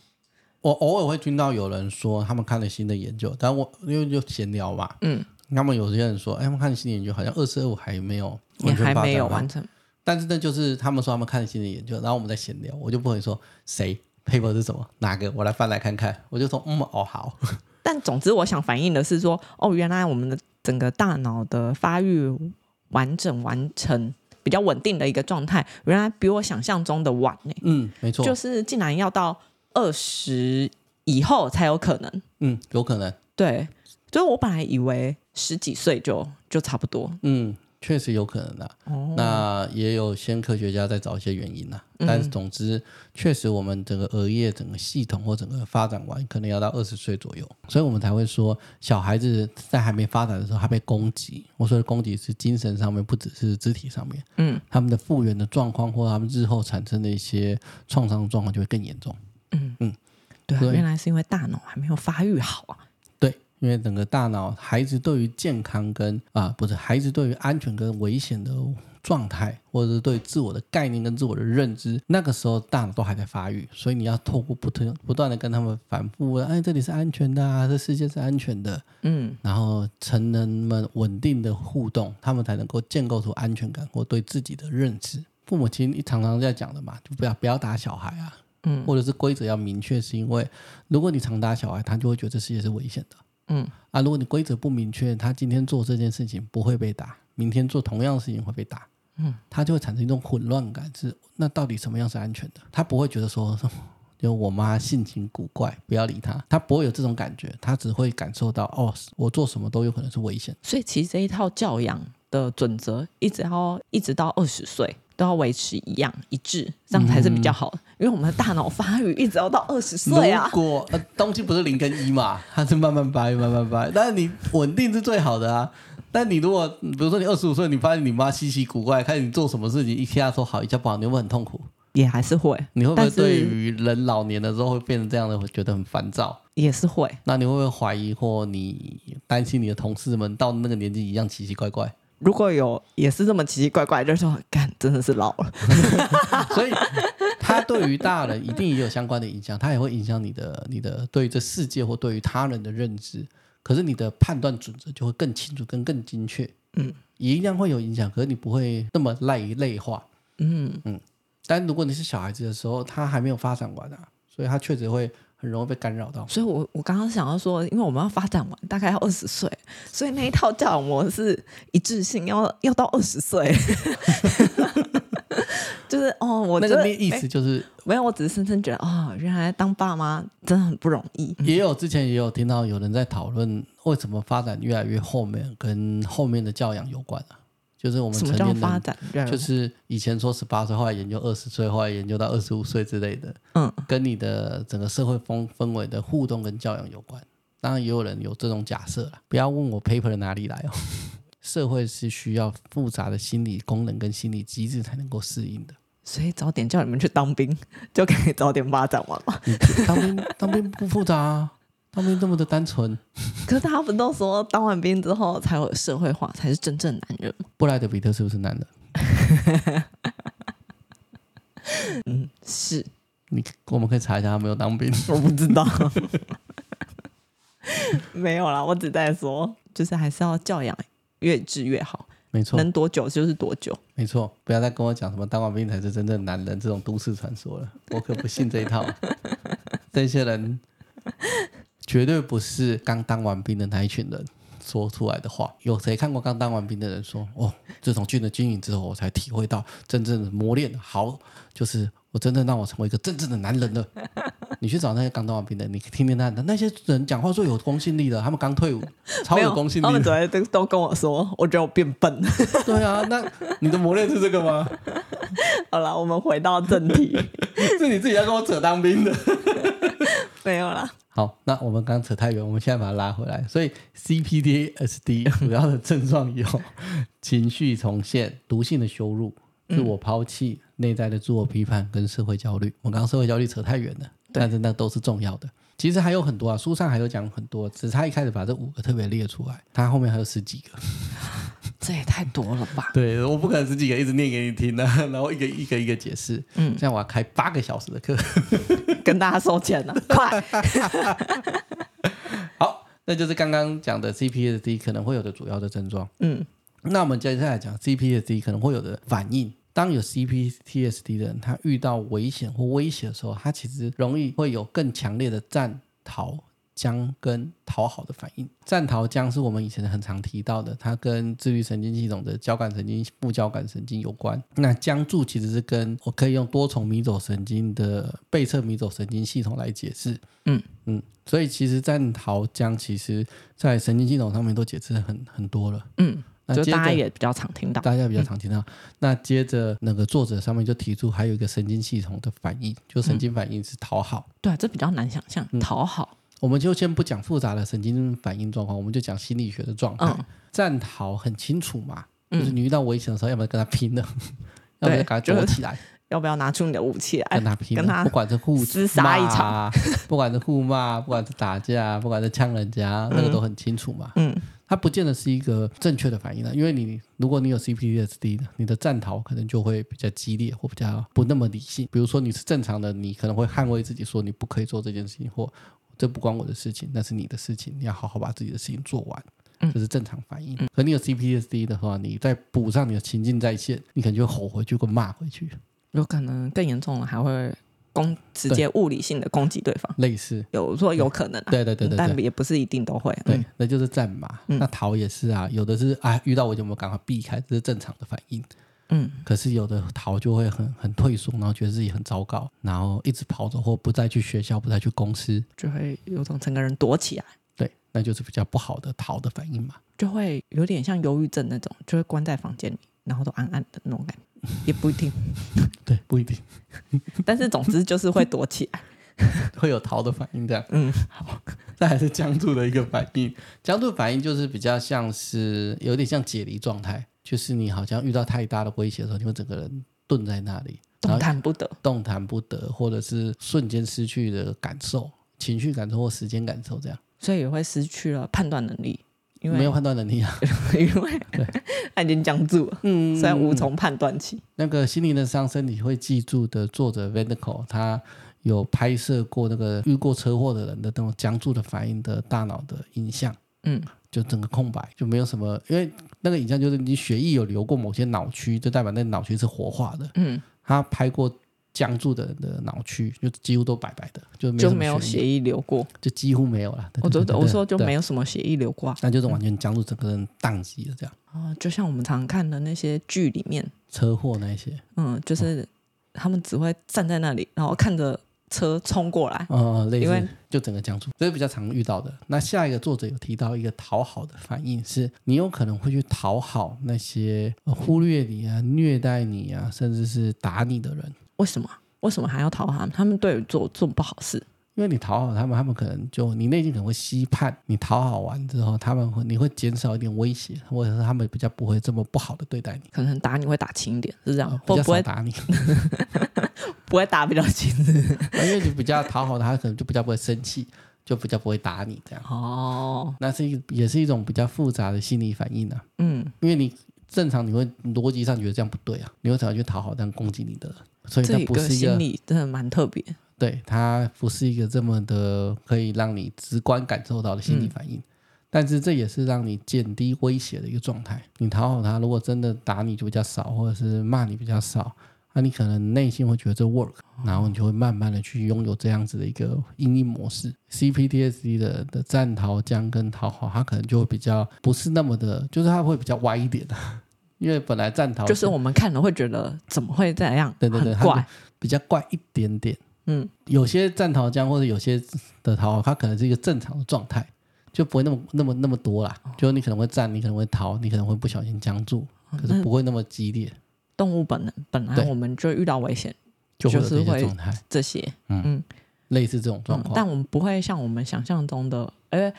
Speaker 2: 我偶尔会听到有人说他们看了新的研究，但我因为就闲聊嘛，
Speaker 1: 嗯，
Speaker 2: 他们有些人说，哎，他们看了新的研究，好像二十二还没有
Speaker 1: 也
Speaker 2: 完全
Speaker 1: 还
Speaker 2: 发
Speaker 1: 没
Speaker 2: 展
Speaker 1: 有
Speaker 2: 完
Speaker 1: 完成。
Speaker 2: 但是那就是他们说他们看了新的研究，然后我们在闲聊，我就不会说谁 paper 是什么哪个，我来翻来看看，我就说嗯哦好，
Speaker 1: 但总之，我想反映的是说，哦，原来我们的整个大脑的发育完整完成比较稳定的一个状态，原来比我想象中的晚呢、
Speaker 2: 嗯没错，
Speaker 1: 就是竟然要到二十以后才有可能。
Speaker 2: 嗯有可能，
Speaker 1: 对，所以我本来以为十几岁就就差不多。
Speaker 2: 嗯确实有可能的、
Speaker 1: 哦，
Speaker 2: 那也有先科学家在找一些原因啦，
Speaker 1: 嗯
Speaker 2: 但是总之确实我们整个额叶整个系统或整个发展完，可能要到二十岁左右，所以我们才会说小孩子在还没发展的时候，他被攻击，我说的攻击是精神上面，不只是肢体上面，
Speaker 1: 嗯
Speaker 2: 他们的复原的状况或他们日后产生的一些创伤状况就会更严重。
Speaker 1: 嗯
Speaker 2: 嗯，
Speaker 1: 对啊，
Speaker 2: 对
Speaker 1: 原来是因为大脑还没有发育好啊。
Speaker 2: 对，因为整个大脑孩子对于健康跟啊、不是孩子对于安全跟危险的状态，或者是对自我的概念跟自我的认知，那个时候大脑都还在发育，所以你要透过不停不断的跟他们反复，哎，这里是安全的、啊，这世界是安全的，
Speaker 1: 嗯，
Speaker 2: 然后成人们稳定的互动，他们才能够建构出安全感或对自己的认知。父母亲一常常在讲的嘛，就不要不要打小孩啊，嗯，或者是规则要明确，是因为如果你常打小孩，他就会觉得这世界是危险的，
Speaker 1: 嗯，
Speaker 2: 啊，如果你规则不明确，他今天做这件事情不会被打，明天做同样的事情会被打，嗯，他就会产生一种混乱感，是那到底什么样是安全的？他不会觉得说。就我妈性情古怪，不要理她，她不会有这种感觉，她只会感受到哦，我做什么都有可能是危险。
Speaker 1: 所以其实这一套教养的准则，一直要一直到二十岁都要维持一样一致，这样才是比较好的。因为我们的大脑发育一直要到二十岁啊
Speaker 2: 如。果呃东西不是零跟一嘛，它是慢慢掰，慢慢掰，但是你稳定是最好的啊。但你如果嗯比如说你二十五岁，你发现你妈稀奇古怪，看你做什么事情一下说好，一下不好，你会不会很痛苦？
Speaker 1: 也还是会，
Speaker 2: 你会不会
Speaker 1: 但是
Speaker 2: 对于人老年的时候会变成这样的，会觉得很烦躁？
Speaker 1: 也是会，
Speaker 2: 那你会不会怀疑或你担心你的同事们到那个年纪一样奇奇 怪怪？
Speaker 1: 如果有也是这么奇奇怪怪，就说干真的是老了。
Speaker 2: 所以他对于大人一定也有相关的影响，他也会影响你的你的对于这世界或对于他人的认知。可是你的判断准则就会更清楚、跟更精确。
Speaker 1: 嗯，
Speaker 2: 一样会有影响，可是你不会那么赖于类化。
Speaker 1: 嗯，
Speaker 2: 但如果你是小孩子的时候，他还没有发展完啊，所以他确实会很容易被干扰到。
Speaker 1: 所以我我刚刚想要说，因为我们要发展完大概要二十岁，所以那一套教养模式一致性要要到二十岁。 就是哦，我
Speaker 2: 那
Speaker 1: 觉
Speaker 2: 个
Speaker 1: 得
Speaker 2: 意思就是，
Speaker 1: 没有，我只是深深觉得啊、哦，原来当爸妈真的很不容易。
Speaker 2: 也有之前也有听到有人在讨论为什么发展越来越后面，跟后面的教养有关啊，就是我们
Speaker 1: 什
Speaker 2: 成
Speaker 1: 么
Speaker 2: 年
Speaker 1: 叫
Speaker 2: 人
Speaker 1: 发展？
Speaker 2: 就是以前说十八岁，后来研究二十岁，后来研究到二十五岁之类的，
Speaker 1: 嗯，
Speaker 2: 跟你的整个社会风氛围的互动跟教养有关。当然，也有人有这种假设啦，不要问我 paper 哪里来哦。 社会是需要复杂的心理功能跟心理机制才能够适应的。
Speaker 1: 所以早点叫你们去当兵， 就可以早点发展完 嘛。
Speaker 2: 你当兵当兵不复杂、啊，当兵这么的单纯，
Speaker 1: 可是大家不都说当完兵之后才有社会化，才是真正男人吗？
Speaker 2: 布莱德比特是不是男人？
Speaker 1: 是，
Speaker 2: 你我们可以查一下他没有当兵。
Speaker 1: 我不知道。 没有啦，我只在说，就是还是要教养越治越好，
Speaker 2: 没错，
Speaker 1: 能多久就是多久。
Speaker 2: 没错，不要再跟我讲什么当完兵才是真正男人这种都市传说了，我可不信这一套。 这些人绝对不是刚当完兵的那一群人说出来的话。有谁看过刚当完兵的人说：“哦，自从军的军营之后，我才体会到真正的磨练好，就是我真正让我成为一个真正的男人了。”你去找那些刚当完兵的，你听听他的那些人讲话最有公信力的，他们刚退伍，超
Speaker 1: 没
Speaker 2: 有公信力
Speaker 1: 他
Speaker 2: 的
Speaker 1: 们昨天都都跟我说，我觉得我变笨。
Speaker 2: 对啊，那你的磨练是这个吗？
Speaker 1: 好了，我们回到正题。
Speaker 2: 是你自己要跟我扯当兵的。
Speaker 1: 没有啦，
Speaker 2: 好，那我们刚扯太远，我们现在把它拉回来。所以 CPTSD 主要的症状有 情绪重现、毒性的羞辱、自我抛弃、内在的自我批判跟社会焦虑。我刚刚社会焦虑扯太远了，但是那都是重要的。其实还有很多啊，书上还有讲很多，只是他一开始把这五个特别列出来，他后面还有十几个。
Speaker 1: 这也太多了吧？
Speaker 2: 对，我不可能十几个一直念给你听的、啊然后一个一个一个解释。嗯，这样我要开八个小时的课。
Speaker 1: 跟大家收 钱了，快！
Speaker 2: 好，那就是刚刚讲的 CPSD 可能会有的主要的症状。
Speaker 1: 嗯，
Speaker 2: 那我们接下来讲 CPSD 可能会有的反应。当有 CPTSD 的人，他遇到危险或威胁的时候，他其实容易会有更强烈的战逃僵跟讨好的反应。战逃僵是我们以前很常提到的，它跟自律神经系统的交感神经、副交感神经有关。那僵住其实是跟我可以用多重迷走神经的背侧迷走神经系统来解释。嗯，所以其实战桃僵其实在神经系统上面都解释很很多了。
Speaker 1: 嗯，
Speaker 2: 那
Speaker 1: 就
Speaker 2: 接着
Speaker 1: 大家也比嗯较常听到。
Speaker 2: 大家比较常听到。那接着那个作者上面就提出还有一个神经系统的反应，就神经反应是讨好。
Speaker 1: 对啊，这比较难想象，
Speaker 2: 嗯
Speaker 1: 讨好。
Speaker 2: 我们就先不讲复杂的神经反应状况，我们就讲心理学的状态。
Speaker 1: 嗯
Speaker 2: 战逃很清楚嘛，就是你遇到危险的时候，要么跟他拼了，要么
Speaker 1: 对
Speaker 2: 就赶快躲起来。
Speaker 1: 要不要拿出你的武器来
Speaker 2: 跟？他拼，
Speaker 1: 跟他
Speaker 2: 不管是互
Speaker 1: 厮杀一场
Speaker 2: 骂， 不管是互骂，不管是打架，不管是呛人家，那个都很清楚嘛。
Speaker 1: 嗯，
Speaker 2: 他不见得是一个正确的反应啊，因为你如果你有 CPTSD 的，你的战讨可能就会比较激烈或比较不那么理性。比如说你是正常的，你可能会捍卫自己说你不可以做这件事情，或这不关我的事情，那是你的事情，你要好好把自己的事情做完。
Speaker 1: 嗯
Speaker 2: 这是正常反应。可你有 CPTSD 的话，你再补上你的情境在线，你可能就吼回去或骂回去，
Speaker 1: 有可能更严重了，还会攻直接物理性的攻击对方。
Speaker 2: 类似。
Speaker 1: 有说有可能啊，
Speaker 2: 嗯对对对对对
Speaker 1: 但也不是一定都会。
Speaker 2: 对
Speaker 1: 嗯，，
Speaker 2: 那就是战嘛。那逃也是啊，有的是啊，遇到危险我们赶快避开，这是正常的反应。
Speaker 1: 嗯，
Speaker 2: 可是有的逃就会很很退缩，然后觉得自己很糟糕，然后一直跑着或不再去学校，不再去公司，
Speaker 1: 就会有种整个人躲起来，
Speaker 2: 对，那就是比较不好的逃的反应嘛。
Speaker 1: 就会有点像忧郁症那种，就会关在房间里，然后都暗暗的那种感觉，也不一 定。
Speaker 2: 对，不一定
Speaker 1: 但是总之就是会躲起来。
Speaker 2: 会有逃的反应这样。
Speaker 1: 嗯，
Speaker 2: 这还是僵住的一个反 应。僵住反应就是比较像是有点像解离状态，就是你好像遇到太大的威胁的时候，你会整个人顿在那里，然
Speaker 1: 动
Speaker 2: 后
Speaker 1: 弹不得。
Speaker 2: 动弹不得，或者是瞬间失去的感受、情绪感受或时间感受，这样
Speaker 1: 所以也会失去了判断能力，因为
Speaker 2: 没有判断能力啊。
Speaker 1: 因为他已经僵住了，
Speaker 2: 嗯
Speaker 1: 虽然无从判断起。
Speaker 2: 那个心灵的伤，身体会记住的作者 v a n d e c o 他有拍摄过那个遇过车祸的人的那种僵住的反应的大脑的影像，
Speaker 1: 嗯，
Speaker 2: 就整个空白，就没有什么，因为那个影像就是你血液有流过某些脑区，就代表那个脑区是活化的。
Speaker 1: 嗯，
Speaker 2: 他拍过僵住的人的脑区，就几乎都白白的，就没有
Speaker 1: 就
Speaker 2: 什
Speaker 1: 没有
Speaker 2: 么血
Speaker 1: 血
Speaker 2: 液，
Speaker 1: 液流过。
Speaker 2: 就几乎没有了。 对
Speaker 1: 我
Speaker 2: 对
Speaker 1: 说
Speaker 2: 对
Speaker 1: 我说就
Speaker 2: 对
Speaker 1: 没有什么血液流过啊、
Speaker 2: 那就是完全僵住，整个人宕机了，这样
Speaker 1: 哦，就像我们常看的那些剧里面，
Speaker 2: 车祸那一些，
Speaker 1: 嗯，就是他们只会站在那里，然后看着车冲过来。
Speaker 2: 呃，类
Speaker 1: 嗯因为
Speaker 2: 似就整个僵住，这是比较常遇到的。那下一个作者有提到一个讨好的反应是，你有可能会去讨好那些呃忽略你啊、虐待你啊，甚至是打你的人，
Speaker 1: 为什么？为什么还要讨好他们？他们对我做做不好事，
Speaker 2: 因为你讨好他们，他们可能就你内心可能会批判，你讨好完之后，他们会你会减少一点威胁，或者是他们比较不会这么不好的对待你。
Speaker 1: 可能打你会打轻一点，是这样，
Speaker 2: 呃
Speaker 1: 或
Speaker 2: 比较
Speaker 1: 不
Speaker 2: 少
Speaker 1: 会
Speaker 2: 打你，
Speaker 1: 不会打比较轻。
Speaker 2: 因为你比较讨好他，可能就比较不会生气，就比较不会打你这样。
Speaker 1: 哦，
Speaker 2: 那是一个也是一种比较复杂的心理反应啊，
Speaker 1: 嗯，
Speaker 2: 因为你正常你会逻辑上觉得这样不对啊，你会想要去讨好但攻击你的人，所以
Speaker 1: 这
Speaker 2: 那
Speaker 1: 一
Speaker 2: 不
Speaker 1: 个
Speaker 2: 是一
Speaker 1: 心
Speaker 2: 个
Speaker 1: 理真的蛮特别。
Speaker 2: 对它不是一个这么的可以让你直观感受到的心理反应，但是这也是让你减低威胁的一个状态。你讨好他，如果真的打你就比较少，或者是骂你比较少。那、你可能内心会觉得这 work，然后
Speaker 1: 哦
Speaker 2: 你就会慢慢的去拥有这样子的一个应应模式。CPTSD 的的战逃僵跟讨好，它可能就会比较不是那么的，就是它会比较歪一点的，因为本来战逃
Speaker 1: 就是我们看了会觉得怎么会这样，
Speaker 2: 对对对
Speaker 1: 很
Speaker 2: 他
Speaker 1: 怪，
Speaker 2: 比较怪一点点。
Speaker 1: 嗯，
Speaker 2: 有些战逃僵或者有些的逃，它可能是一个正常的状态，就不会那么那么那么多啦。
Speaker 1: 哦
Speaker 2: 就是你可能会站，你可能会逃，你可能会不小心僵住，
Speaker 1: 哦
Speaker 2: 可是不会那么激烈，
Speaker 1: 动物本能本来
Speaker 2: 对
Speaker 1: 我们就遇到危险
Speaker 2: 就会有
Speaker 1: 就是
Speaker 2: 这些
Speaker 1: 会
Speaker 2: 状态，
Speaker 1: 这些，
Speaker 2: 类似这种状
Speaker 1: 嗯，
Speaker 2: 况。
Speaker 1: 但我们不会像我们想象中的，呃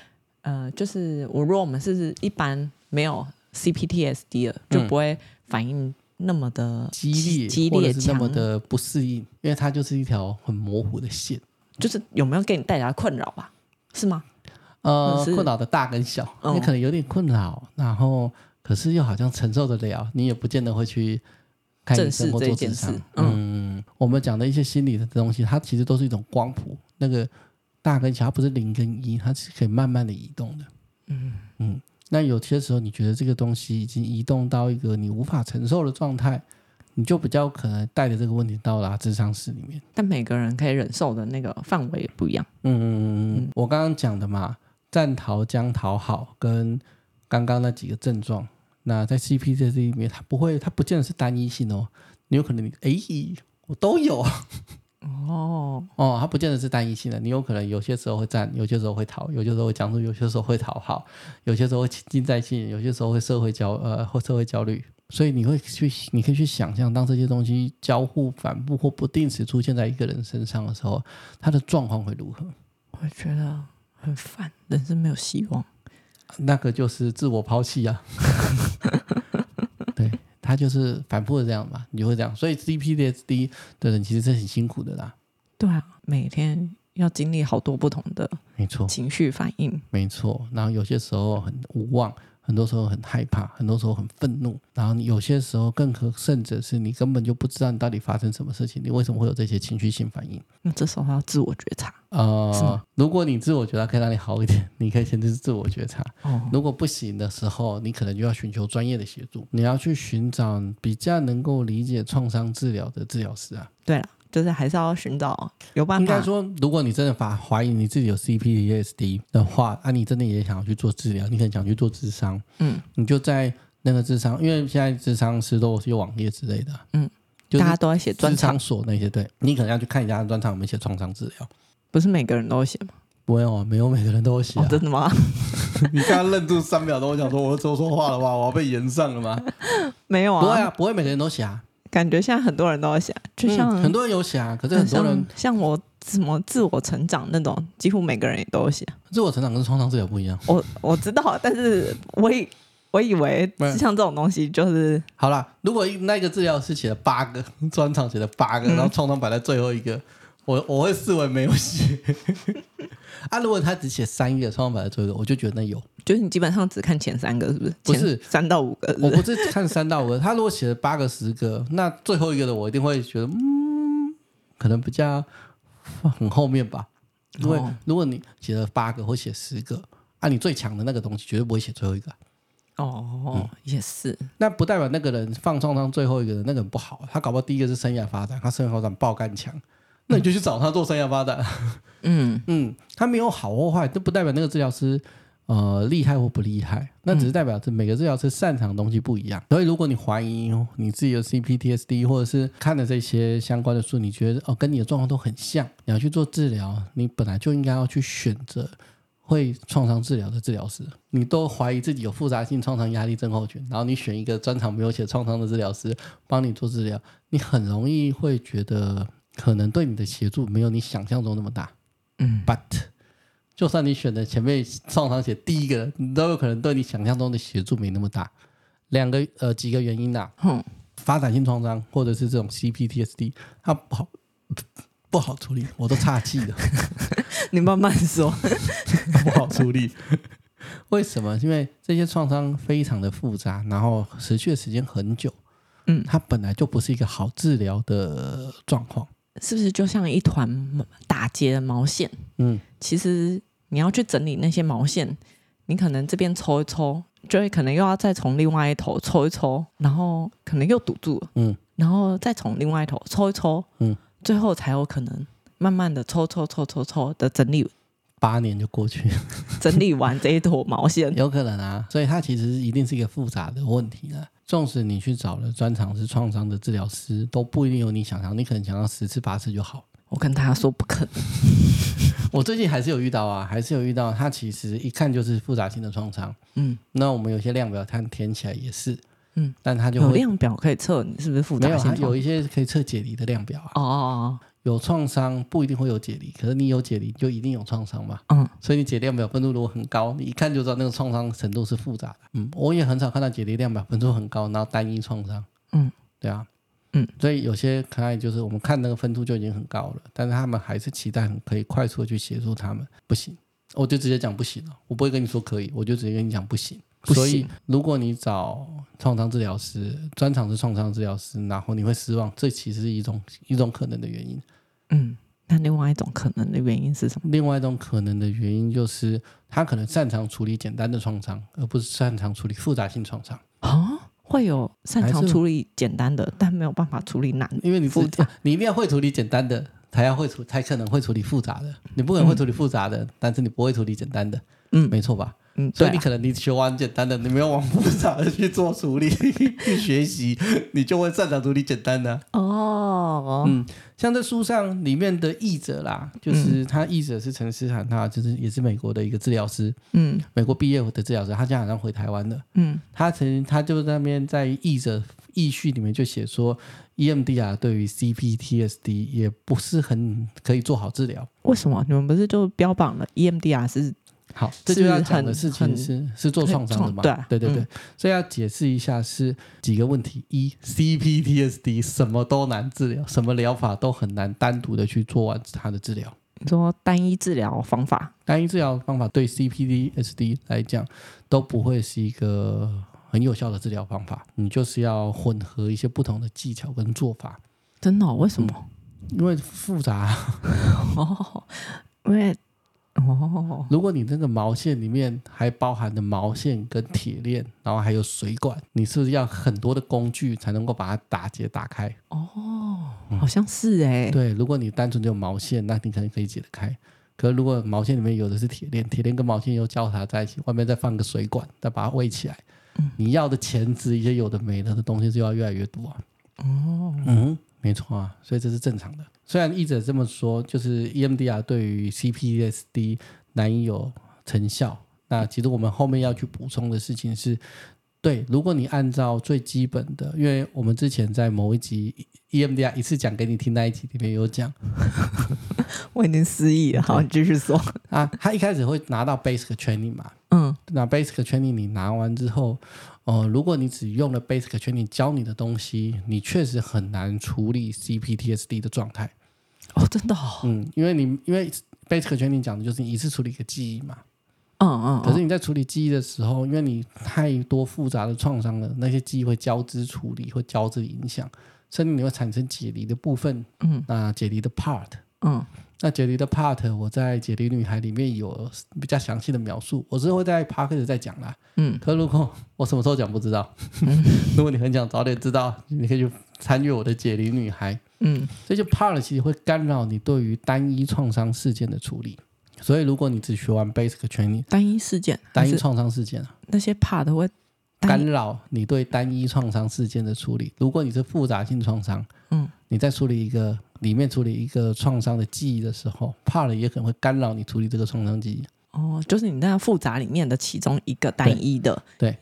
Speaker 1: 呃，就是我如果我们是一般没有 CPTSD 的，就不会反应那么的
Speaker 2: 激烈，
Speaker 1: 激
Speaker 2: 或
Speaker 1: 烈
Speaker 2: 者是那么
Speaker 1: 强，
Speaker 2: 的不适应，因为它就是一条很模糊的线，
Speaker 1: 就是有没有给你带来困扰吧？是吗？
Speaker 2: 呃
Speaker 1: 或，嗯是
Speaker 2: 困扰的大跟小，
Speaker 1: 嗯
Speaker 2: 你可能有点困扰，然后可是又好像承受得了，你也不见得会去看医
Speaker 1: 正视
Speaker 2: 生或
Speaker 1: 这
Speaker 2: 做
Speaker 1: 件
Speaker 2: 智商
Speaker 1: 事。
Speaker 2: 嗯，我们讲的一些心理的东西，它其实都是一种光谱，那个大跟小，它不是零跟一，它是可以慢慢的移动的。嗯嗯，那有些时候你觉得这个东西已经移动到一个你无法承受的状态，你就比较可能带着这个问题到达智商室里面。
Speaker 1: 但每个人可以忍受的那个范围也不一样，
Speaker 2: 嗯，我刚刚讲的嘛，战逃、将逃好跟刚刚那几个症状，那在 CPTSD 里面，它不会，它不见得是单一性哦，你有可能你哎，我都有
Speaker 1: 哦，
Speaker 2: 哦，它不见得是单一性的，你有可能有些时候会战，有些时候会逃，有些时候会僵住，有些时候会讨好，有些时候会竞在性，有些时候会社会焦呃或社会焦虑。所以你会去，你可以去想象，当这些东西交互反复或不定时出现在一个人身上的时候，他的状况会如何？
Speaker 1: 我觉得很烦，人生没有希望。
Speaker 2: 那个就是自我抛弃啊。对，它就是反复的这样嘛，你就会这样。所以 CPDSD 的人其实是很辛苦的啦。
Speaker 1: 对啊，每天要经历好多不同的
Speaker 2: 没错，
Speaker 1: 情绪反应，
Speaker 2: 没错。然后有些时候很无望，很多时候很害怕，很多时候很愤怒。然后你有些时候更可甚者是你根本就不知道你到底发生什么事情，你为什么会有这些情绪性反应。
Speaker 1: 那这时候要自我觉察。是
Speaker 2: 呃
Speaker 1: 吗，
Speaker 2: 如果你自我觉察可以让你好一点，你可以先去自我觉察。
Speaker 1: 哦，
Speaker 2: 如果不行的时候，你可能就要寻求专业的协助，你要去寻找比较能够理解创伤治疗的治疗师啊。
Speaker 1: 对了，就是还是要寻找有办
Speaker 2: 应
Speaker 1: 法
Speaker 2: 该。说，如果你真的发怀疑你自己有 CPTSD E 的话，啊，你真的也想要去做治疗，你可能想去做智商，
Speaker 1: 嗯，
Speaker 2: 你就在那个智商，因为现在智商师都有网页之类的，
Speaker 1: 嗯，
Speaker 2: 就是
Speaker 1: 大家都在写专
Speaker 2: 智
Speaker 1: 场
Speaker 2: 商，所那些，对你可能要去看一下专场有没有写创伤治疗。
Speaker 1: 不是每个人都写吗？
Speaker 2: 不会哦，没有每个人都有写、啊
Speaker 1: 哦， 真的吗？
Speaker 2: 你刚刚愣住三秒钟，我想说我说错话了吧，我要被延上了吗？
Speaker 1: 没有
Speaker 2: 不会
Speaker 1: 啊，
Speaker 2: 啊，不会每个人都写啊，
Speaker 1: 感觉现在很多人都在写，就像
Speaker 2: 嗯、很多人有写啊，可是很多人
Speaker 1: 像像我什么自我成长那种，几乎每个人也都有写。
Speaker 2: 自我成长跟创伤治疗不一样。
Speaker 1: 我我知道，但是我以我以为
Speaker 2: 没有
Speaker 1: 像这种东西就是
Speaker 2: 好啦，如果一那个治疗师写了八个，专场写了八
Speaker 1: 嗯
Speaker 2: 个，然后创伤摆在最后一个，我我会视为没有写。 啊，如果他只写三个，创伤摆在最后一个，我就觉得那有。
Speaker 1: 就是你基本上只看前三个，是不是？
Speaker 2: 不是
Speaker 1: 前三到五个是不是，
Speaker 2: 我不是看三到 五个，他如果写了八个、十个，那最后一个的我一定会觉得，嗯，可能比较很后面吧。因为
Speaker 1: 哦
Speaker 2: 如果你写了八个或写十个，啊，你最强的那个东西绝对不会写最后一个啊、嗯
Speaker 1: 哦，也是，
Speaker 2: 那不代表那个人放创伤最后一个人那个人不好，他搞不好第一个是生涯发展，他生涯发展爆干强，那你就去找他做生涯发展。
Speaker 1: 嗯，
Speaker 2: 嗯，他没有好或坏，这不代表那个治疗师呃厉害或不厉害，那只是代表是每个治疗师擅长的东西不一样。所以如果你怀疑哦你自己有 CPTSD，或者是看了这些相关的书，你觉得哦跟你的状况都很像，你要去做治疗，你本来就应该要去选择。会创伤治疗的治疗师，你都怀疑自己有复杂性创伤压力症候群，然后你选一个专长没有写创伤的治疗师帮你做治疗，你很容易会觉得可能对你的协助没有你想象中那么大。But 就算你选的前面上场写第一个，你都有可能对你想象中的协助没那么大。两个呃几个原因啦、
Speaker 1: 哼，
Speaker 2: 发展性创伤或者是这种 CPTSD，它不好 不好处理，我都岔气了，
Speaker 1: 你慢慢说，
Speaker 2: 不好处理。 为什么？因为这些创伤非常的复杂，然后持续的时间很久，
Speaker 1: 嗯
Speaker 2: 它本来就不是一个好治疗的状况，
Speaker 1: 是不是就像一团打结的毛线？
Speaker 2: 嗯，
Speaker 1: 其实你要去整理那些毛线，你可能这边抽一抽，就会可能又要再从另外一头抽一抽，然后可能又堵住了，
Speaker 2: 嗯，
Speaker 1: 然后再从另外一头抽一抽，
Speaker 2: 嗯，
Speaker 1: 最后才有可能慢慢的抽抽抽抽抽的整理
Speaker 2: 八年就过去了。
Speaker 1: 整理完这一坨毛线。
Speaker 2: 有可能啊，所以它其实一定是一个复杂的问题呢。纵使你去找了专长是创伤的治疗师，都不一定有你想象，你可能想要十次八次就好。
Speaker 1: 我跟大家说不可能，
Speaker 2: 我最近还是有遇到啊，还是有遇到，他其实一看就是复杂性的创伤。
Speaker 1: 嗯，
Speaker 2: 那我们有些量表它填起来也是，
Speaker 1: 嗯，
Speaker 2: 但它就
Speaker 1: 有
Speaker 2: 会
Speaker 1: 量表可以测你是不是复
Speaker 2: 没
Speaker 1: 杂
Speaker 2: 有，
Speaker 1: 性
Speaker 2: 它
Speaker 1: 痛
Speaker 2: 有一些可以测解离的量表啊。
Speaker 1: 哦哦
Speaker 2: 有创伤不一定会有解离，可是你有解离就一定有创伤嘛。
Speaker 1: 哦，嗯，
Speaker 2: 所以你解量表分数如果很高，你一看就知道那个创伤程度是复杂的。嗯，我也很少看到解离量表分数很高，然后单一创伤。
Speaker 1: 嗯，
Speaker 2: 对啊，
Speaker 1: 嗯，
Speaker 2: 所以有些可爱就是我们看那个分数就已经很高了，但是他们还是期待很可以快速的去协助他们，不行，我就直接讲不行了，我不会跟你说可以，我就直接跟你讲不行。
Speaker 1: 不行
Speaker 2: 所以，如果你找创伤治疗师，专长是创伤治疗师，然后你会失望，这其实是一种一种可能的原因。
Speaker 1: 嗯，那另外一种可能的原因是什么？
Speaker 2: 另外一种可能的原因就是，他可能擅长处理简单的创伤，而不是擅长处理复杂性创伤。
Speaker 1: 啊，会有擅
Speaker 2: 还
Speaker 1: 长
Speaker 2: 是
Speaker 1: 处理简单的，但没有办法处理难的。
Speaker 2: 因为你
Speaker 1: 复
Speaker 2: 复杂，你一定要会处理简单的，才要会处，才可能会处理复杂的。你不可能会处理复杂的，但是你不会处理简单的，
Speaker 1: 嗯
Speaker 2: 没错吧？
Speaker 1: 嗯，
Speaker 2: 所
Speaker 1: 对
Speaker 2: 以你
Speaker 1: 啊，
Speaker 2: 可能你学完简单的，你没有往复杂的去做处理 去学习，你就会擅长处理简单的啊、
Speaker 1: 哦，
Speaker 2: 嗯，像这书上里面的译者啦，
Speaker 1: 嗯
Speaker 2: 就是他译者是陈思涵，他就是也是美国的一个治疗师，
Speaker 1: 嗯
Speaker 2: 美国毕业的治疗师，他现在好像回台湾了。
Speaker 1: 嗯
Speaker 2: 他曾经他就在那边在译者译序里面就写说，EMDR E 对于 CPTSD 也不是很可以做好治疗。
Speaker 1: E 为什么你们不是就标榜了 EMDR 是
Speaker 2: 好，这就要讲的事情是是做创伤的
Speaker 1: 创
Speaker 2: 嘛？
Speaker 1: 对啊
Speaker 2: 对对对
Speaker 1: 嗯
Speaker 2: 所以要解释一下是几个问题：一，CPTSD 什么都难治疗，什么疗法都很难单独的去做完它的治疗。
Speaker 1: 你说单一治疗方法，
Speaker 2: 单一治疗方法对 CPTSD 来讲都不会是一个很有效的治疗方法，你就是要混合一些不同的技巧跟做法，
Speaker 1: 真的、哦？为什么？
Speaker 2: 因为复杂。
Speaker 1: 哦，因为哦，
Speaker 2: 如果你那个毛线里面还包含的毛线跟铁链，然后还有水管，你是不是要很多的工具才能够把它打结打开？
Speaker 1: 哦好像是哎、
Speaker 2: 对，如果你单纯只有毛线，那你可能可以解得开。可是如果毛线里面有的是铁链，铁链跟毛线又交叉在一起，外面再放个水管，再把它围起来，你要的钳子一些有的没的的东西就要越来越多啊。哦，嗯，没错啊，所以这是正常的。虽然译者这么说，就是 E EMDR 对于 CPSD 难以有成效。那其实我们后面要去补充的事情是，对，如果你按照最基本的，因为我们之前在某一集 EMDR 一次讲给你听那一集里面有讲
Speaker 1: 我已经失忆了。好，你继续说。
Speaker 2: 啊，他一开始会拿到 basic training 嘛，
Speaker 1: 嗯，
Speaker 2: 那 basic training 你拿完之后，呃，如果你只用了 basic training 教你的东西，你确实很难处理 CPTSD 的状态。
Speaker 1: 哦，真的、哦，
Speaker 2: 嗯，因为你因为 basic training 讲的就是你一次处理一个记忆嘛，
Speaker 1: 嗯嗯，
Speaker 2: 可是你在处理记忆的时候，因为你太多复杂的创伤了，那些记忆会交织处理，会交织影响，甚至你会产生解离的部分，嗯，那解离的 part，
Speaker 1: 嗯，
Speaker 2: 那解离的 part，我在《解离女孩》里面有比较详细的描述，我是会在 p a r k 再讲啦。
Speaker 1: 嗯，
Speaker 2: 可如果我什么时候讲不知道， 如果你很想早点知道，你可以去参阅我的《解离女孩》。
Speaker 1: 嗯，
Speaker 2: 这就 part 其实会干扰你对于单一创伤事件的处理。所以，如果你只学完 basic training，
Speaker 1: 单一事件，
Speaker 2: 单一
Speaker 1: 还是
Speaker 2: 创伤事件啊，
Speaker 1: 那些怕的会单
Speaker 2: 干扰你对单一创伤事件的处理。如果你是复杂性创伤，
Speaker 1: 嗯，
Speaker 2: 你在处理一个里面处理一个创伤的记忆的时候，怕了也可能会干扰你处理这个创伤记忆。
Speaker 1: 哦，就是你那复杂里面的其中一个单一的，
Speaker 2: 对，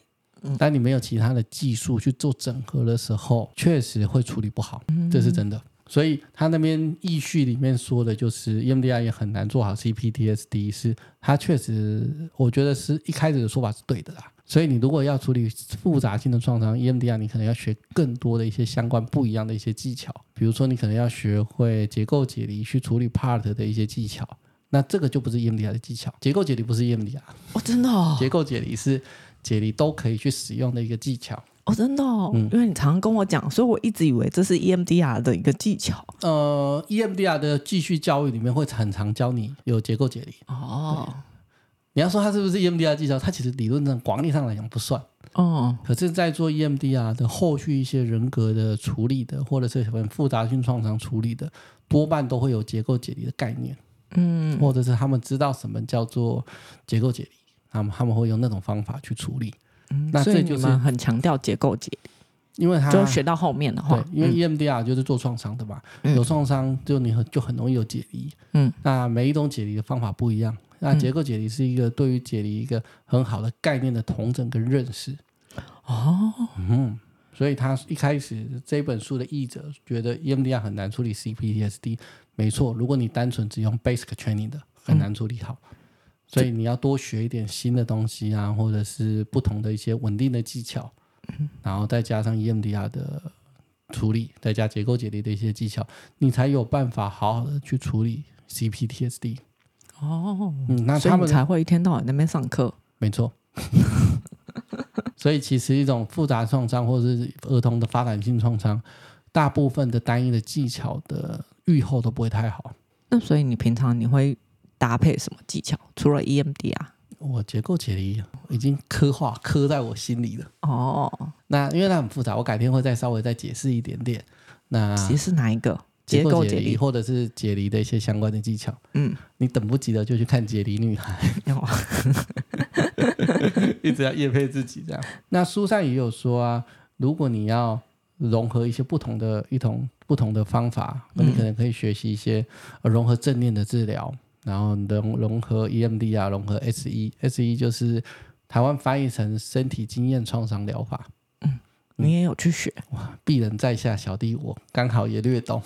Speaker 2: 当你没有其他的技术去做整合的时候，确实会处理不好，这是真的。所以他那边意序里面说的就是，E EMDR 也很难做好 CPTSD，是他确实，我觉得是一开始的说法是对的啦。所以你如果要处理复杂性的创伤，EMDR ，E 你可能要学更多的一些相关不一样的一些技巧，比如说你可能要学会结构解离去处理 part 的一些技巧，那这个就不是 E EMDR 的技巧，结构解离不是 E EMDR，
Speaker 1: 哦，真的哦，
Speaker 2: 结构解离是解离都可以去使用的一个技巧。
Speaker 1: 哦，真的哦，因为你常常跟我讲，所以我一直以为这是 E EMDR 的一个技巧
Speaker 2: 呃，EMDR 的继续教育里面会很常教你有结构解离。
Speaker 1: 哦，
Speaker 2: 你要说它是不是 E EMDR 技巧，它其实理论上广义上来讲不算，
Speaker 1: 哦，
Speaker 2: 可是，在做 E EMDR 的后续一些人格的处理的，或者是很复杂性创伤处理的，多半都会有结构解离的概念，嗯，或者是他们知道什么叫做结构解离，他们他们会用那种方法去处理。嗯那
Speaker 1: 所以
Speaker 2: 这
Speaker 1: 你
Speaker 2: 就是
Speaker 1: 们很强调结构解，
Speaker 2: 因为它
Speaker 1: 就学到后面嗯的话
Speaker 2: 对，，因为 E EMDR 就是做创伤的嘛，有创伤就你很就很容易有解离。
Speaker 1: 嗯，
Speaker 2: 那每一种解离的方法不一样。那结构解离是一个对于解离一个很好的概念的统整跟认识。哦，嗯，所以他一开始这本书的译者觉得 E EMDR 很难处理 CPTSD，没错，如果你单纯只用 basic training 的，
Speaker 1: 嗯
Speaker 2: 很难处理好。所以你要多学一点新的东西啊，或者是不同的一些稳定的技巧，
Speaker 1: 嗯
Speaker 2: 然后再加上 E EMDR 的处理，再加结构解离的一些技巧，你才有办法好好的去处理 CPTSD。
Speaker 1: 哦，
Speaker 2: 嗯，那
Speaker 1: 所以
Speaker 2: 他
Speaker 1: 你
Speaker 2: 们
Speaker 1: 才会一天到晚在那边上课，
Speaker 2: 没错。 所以其实一种复杂创伤或者是儿童的发展性创伤，大部分的单一的技巧的预后都不会太好。
Speaker 1: 那所以你平常你会搭配什么技巧？除了 E EMDR，
Speaker 2: 我结构解离已经刻画刻在我心里了。
Speaker 1: 哦，
Speaker 2: 那因为它很复杂，我改天会再稍微再解释一点点。那
Speaker 1: 其实是哪一个？结构
Speaker 2: 啊构嗯
Speaker 1: 解
Speaker 2: 离
Speaker 1: 离，
Speaker 2: 或者是解离的一些相关的技巧，
Speaker 1: 嗯，
Speaker 2: 你等不及的就去看《解离女孩》。
Speaker 1: 哦
Speaker 2: 一直要夜配自己这样。那书上也有说啊，如果你要融合一些不同的一同不同的方法，那你可能可以学习一些、呃融合正念的治疗，然后融融合 EMD 啊，融合 SE，SE E 就是台湾翻译成身体经验创伤疗法。
Speaker 1: 你也有去学，
Speaker 2: 鄙人在下，小弟我刚好也略懂。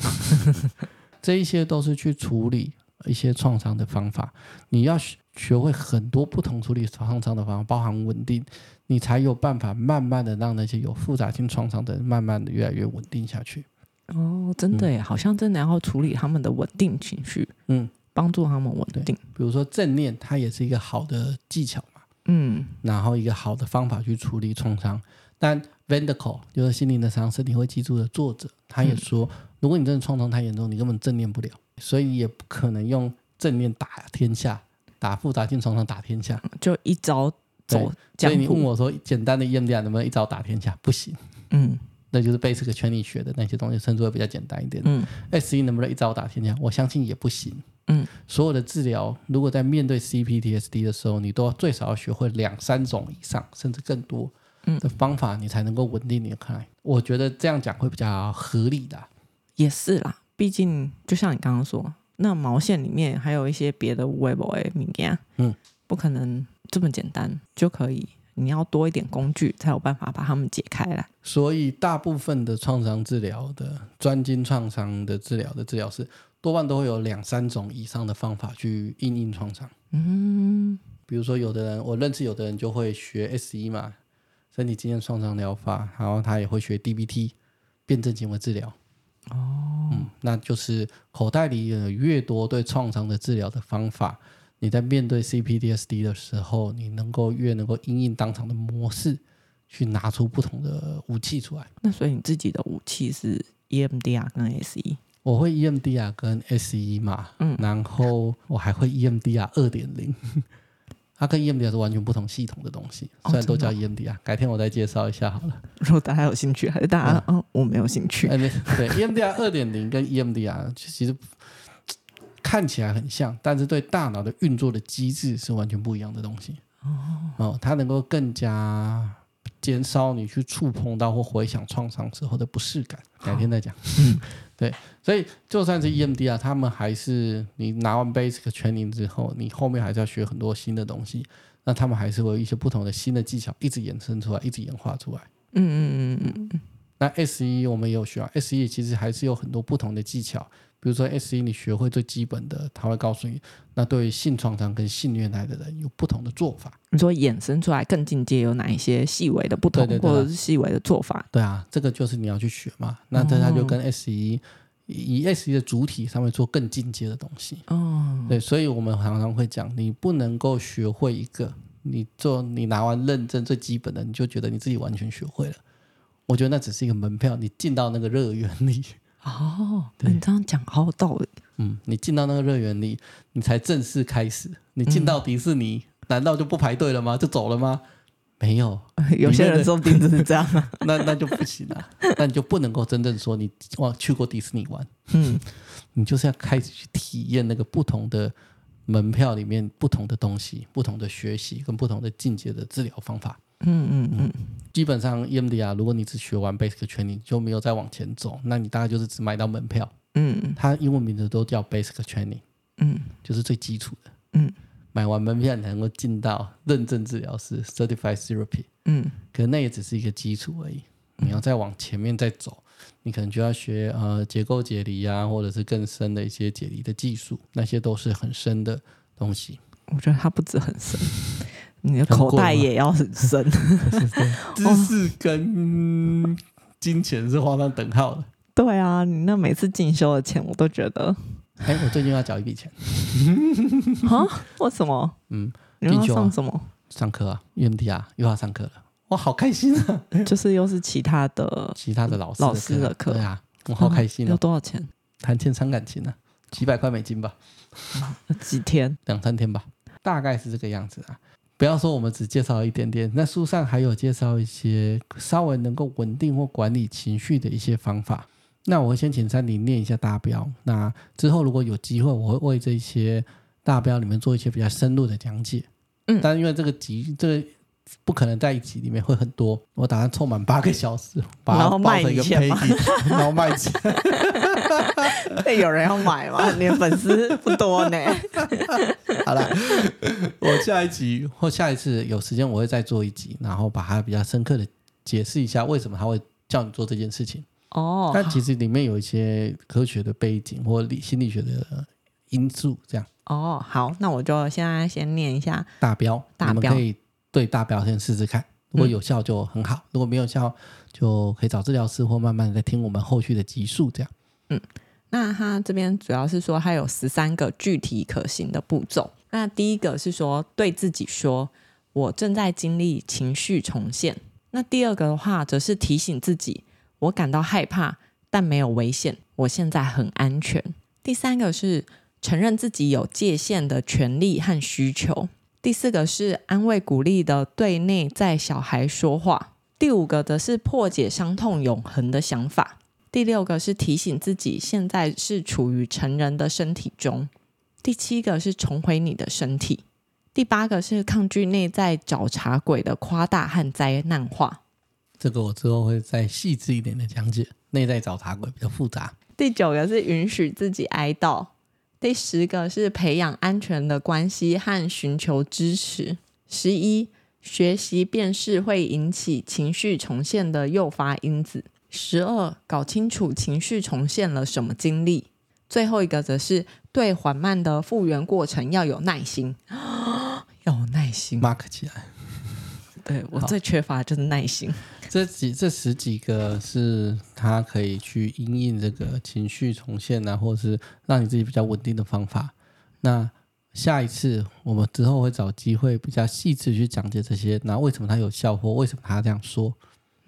Speaker 2: 这一些都是去处理一些创伤的方法。你要学学会很多不同处理创伤的方法，包含稳定，你才有办法慢慢的让那些有复杂性创伤的人，慢慢的越来越稳定下去。
Speaker 1: 哦，真的耶，好像真的要处理他们的稳定情绪，
Speaker 2: 嗯，
Speaker 1: 帮助他们稳定。
Speaker 2: 比如说正念，它也是一个好的技巧嘛，
Speaker 1: 嗯，
Speaker 2: 然后一个好的方法去处理创伤。但 Vanderco 就是《心灵的伤是你会记住》的作者，他也说，
Speaker 1: 嗯
Speaker 2: 如果你真的创伤太严重，你根本正念不了，所以也不可能用正念打天下，打复杂性创伤打天下。
Speaker 1: 就一招走
Speaker 2: 所
Speaker 1: 嗯江
Speaker 2: 以你问
Speaker 1: 湖。
Speaker 2: 我说，简单的 EMDR 能不能一招打天下？不行，
Speaker 1: 嗯
Speaker 2: 那就是被这个圈里学的那些东西，甚至会比较简单一点。
Speaker 1: 嗯
Speaker 2: S E 能不能一招打天下？我相信也不行。
Speaker 1: 嗯，
Speaker 2: 所有的治疗，如果在面对 CPTSD 的时候，你都要最少要学会两三种以上，甚至更多
Speaker 1: 嗯
Speaker 2: 的方法，你才能够稳定你的 client。我觉得这样讲会比较合理的。
Speaker 1: 也是啦，毕竟就像你刚刚说，那毛线里面还有一些别的微博诶名言，
Speaker 2: 嗯，
Speaker 1: 不可能这么简单就可以，你要多一点工具才有办法把它们解开来。
Speaker 2: 所以，大部分的创伤治疗的专精创伤的治疗的治疗师，多半都会有两三种以上的方法去应应创伤。
Speaker 1: 嗯
Speaker 2: 比如说，有的人我认识，有的人就会学 S E 嘛，身体经验创伤疗法，然后他也会学 D B T，辩证行为治疗。哦，嗯，那就是口袋里有越多对创伤的治疗的方法，你在面对 C P D S D 的时候，你能够越能够因应当场的模式，去拿出不同的武器出来。
Speaker 1: 那所以你自己的武器是 E EMDR 跟 E？SE。
Speaker 2: 我会 E EMDR 跟 SE 嘛，
Speaker 1: 嗯
Speaker 2: 然后我还会 E EMDR 二点零，它跟 E EMDR 是完全不同系统的东西，
Speaker 1: 哦
Speaker 2: 虽然都
Speaker 1: 真的
Speaker 2: 叫 E
Speaker 1: 哦
Speaker 2: EMDR，、改天我再介绍一下好了。
Speaker 1: 如果大家有兴趣，还是大家嗯、哦，我没有兴趣。
Speaker 2: 哎，没对 EMDR 二点零跟 E EMDR 其实看起来很像，但是对大脑的运作的机制是完全不一样的东西。哦，它能够更加减少你去触碰到或回想创伤之后的不适感。改天再讲。嗯对，所以就算是 E EMDR，他们还是你拿完 basic training 之后，你后面还是要学很多新的东西。那他们还是会有一些不同的新的技巧，一直延伸出来，一直演化出来。
Speaker 1: 嗯嗯嗯嗯嗯，
Speaker 2: 那 S 一我们也有学啊，S 一其实还是有很多不同的技巧，比如说 S 一你学会最基本的，他会告诉你，那对于性创伤跟性虐待的人有不同的做法。
Speaker 1: 你说衍生出来更进阶有哪一些细微的不同，
Speaker 2: 对对对啊
Speaker 1: 或者是细微的做法？
Speaker 2: 对啊，这个就是你要去学嘛。那这它就跟 S 一、以 S 一的主体上面做更进阶的东西。
Speaker 1: 哦，
Speaker 2: 对，所以我们常常会讲，你不能够学会一个，你做你拿完认证最基本的，你就觉得你自己完全学会了。我觉得那只是一个门票，你进到那个乐园里。
Speaker 1: 哦，你这样讲好有道理。
Speaker 2: 嗯，你进到那个乐园里，你才正式开始。你进到迪士尼，难道就不排队了吗？就走了吗？嗯没有，
Speaker 1: 有些人说不定就是这样啊。
Speaker 2: 那那就不行 了，那你就不能够真正说你哇去过迪士尼玩，
Speaker 1: 嗯，
Speaker 2: 你就是要开始去体验那个不同的门票里面不同的东西、不同的学习跟不同的境界的治疗方法。
Speaker 1: 嗯嗯嗯，
Speaker 2: 基本上 E EMDR，如果你只学完 Basic Training 就没有再往前走，那你大概就是只买到门票。
Speaker 1: 嗯
Speaker 2: 它英文名字都叫 Basic Training。
Speaker 1: 嗯
Speaker 2: 就是最基础的。
Speaker 1: 嗯，
Speaker 2: 买完门票你才能够进到认证治疗师 （Certified Therapy），
Speaker 1: 嗯
Speaker 2: 可那也只是一个基础而已。你要再往前面再走，你可能就要学呃结构解离啊，或者是更深的一些解离的技术，那些都是很深的东西。
Speaker 1: 我觉得它不止很深，你的
Speaker 2: 很
Speaker 1: 口
Speaker 2: 贵
Speaker 1: 袋
Speaker 2: 吗
Speaker 1: 也要很深。哦
Speaker 2: 知识跟金钱是画上等号的。
Speaker 1: 对啊，你那每次进修的钱，我都觉得
Speaker 2: 哎，我最近要缴一笔钱
Speaker 1: 啊，为什么？
Speaker 2: 嗯，
Speaker 1: 你们
Speaker 2: 进修
Speaker 1: 要
Speaker 2: 啊
Speaker 1: 上什么？
Speaker 2: 上课啊，EMDR 又要上课了，哇，好开心啊！
Speaker 1: 就是又是其他的，
Speaker 2: 其他的老师
Speaker 1: 老师的课嗯
Speaker 2: 对啊，我好开心哦
Speaker 1: 要。多少钱？
Speaker 2: 谈情伤感情啊，几百块美金吧，
Speaker 1: 要几天？
Speaker 2: 两三天吧，大概是这个样子啊。不要说我们只介绍一点点，那书上还有介绍一些稍微能够稳定或管理情绪的一些方法。那我会先请三林念一下大标，那之后如果有机会，我会为这些大标里面做一些比较深入的讲解。
Speaker 1: 嗯
Speaker 2: 但因为这个集这个不可能在一集里面会很多，我打算凑满八个小时，把它
Speaker 1: 然后
Speaker 2: 包
Speaker 1: 卖
Speaker 2: 成一个
Speaker 1: 你钱吗
Speaker 2: package，然后卖钱。
Speaker 1: 那有人要买吗？你的粉丝不多呢。
Speaker 2: 好了，我下一集或下一次有时间，我会再做一集，然后把它比较深刻的解释一下为什么他会叫你做这件事情。
Speaker 1: 哦，
Speaker 2: 但其实里面有一些科学的背景或理心理学的因素，这样
Speaker 1: 哦，好，那我就现在先念一下。
Speaker 2: 大标，
Speaker 1: 大
Speaker 2: 你们
Speaker 1: 标
Speaker 2: 可以对大标先试试看，如果有效就很好，如果没有效就可以找治疗师或慢慢的听我们后续的集数，这样
Speaker 1: 那他这边主要是说，它有十三个具体可行的步骤。那第一个是说，对自己说，我正在经历情绪重现。那第二个的话，则是提醒自己，我感到害怕，但没有危险，我现在很安全。第三个是承认自己有界限的权利和需求。第四个是安慰鼓励的对内在小孩说话。第五个则是破解伤痛永恒的想法。第六个是提醒自己现在是处于成人的身体中。第七个是重回你的身体。第八个是抗拒内在找茬鬼的夸大和灾难化。
Speaker 2: 这个我之后会再细致一点的讲解。内在找茬鬼比较复杂，
Speaker 1: 第九个是允许自己哀悼。第十个是培养安全的关系和寻求支持。十一，学习辨识会引起情绪重现的诱发因子。十二，搞清楚情绪重现了什么经历。最后一个则是对缓慢的复原过程要有耐心， 要有耐心。
Speaker 2: mark 起来。
Speaker 1: 对我
Speaker 2: 好
Speaker 1: 最缺乏的就是耐心。
Speaker 2: 这几这十几个是他可以去因应这个情绪重现啊，或是让你自己比较稳定的方法。那下一次我们之后会找机会比较细致去讲解这些，那为什么它有效或为什么它这样说？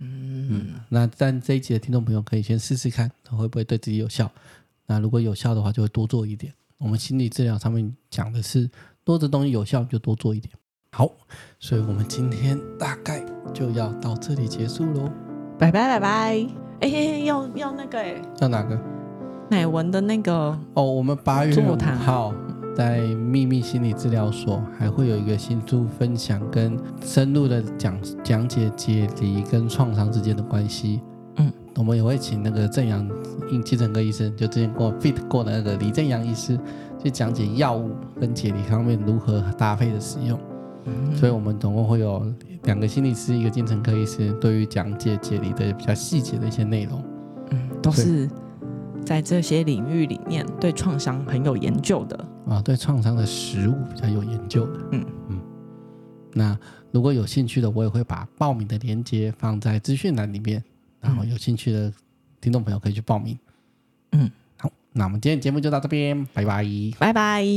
Speaker 2: 嗯，那但这一集的听众朋友可以先试试看，它会不会对自己有效？那如果有效的话，就会多做一点。我们心理治疗上面讲的是多的东西有效你就多做一点。好，所以我们今天大概就要到这里结束喽。
Speaker 1: 拜拜拜拜。哎、要要那个、哎，
Speaker 2: 要哪个？
Speaker 1: 乃文的那个
Speaker 2: 哦，我们八月
Speaker 1: 座
Speaker 2: 五
Speaker 1: 谈
Speaker 2: 号在秘密心理治疗所还会有一个新书分享，跟深入的讲讲解解离跟创伤之间的关系。
Speaker 1: 嗯，
Speaker 2: 我们也会请那个正阳应急诊科医生，就之前跟我 fit 过的那个李正阳医师，去讲解药物跟解离方面如何搭配的使用。
Speaker 1: 嗯
Speaker 2: 所以我们总共会有两个心理师，一个精神科医师，对于讲解解离的比较细节的一些内容。
Speaker 1: 嗯，都
Speaker 2: 对
Speaker 1: 是在这些领域里面对创伤很有研究的。
Speaker 2: 啊，对创伤的食物比较有研究的。
Speaker 1: 嗯
Speaker 2: 嗯，那如果有兴趣的，我也会把报名的链接放在资讯栏里面，然后有兴趣的听众朋友可以去报名。
Speaker 1: 嗯，
Speaker 2: 好，那我们今天节目就到这边，拜拜。
Speaker 1: 拜拜。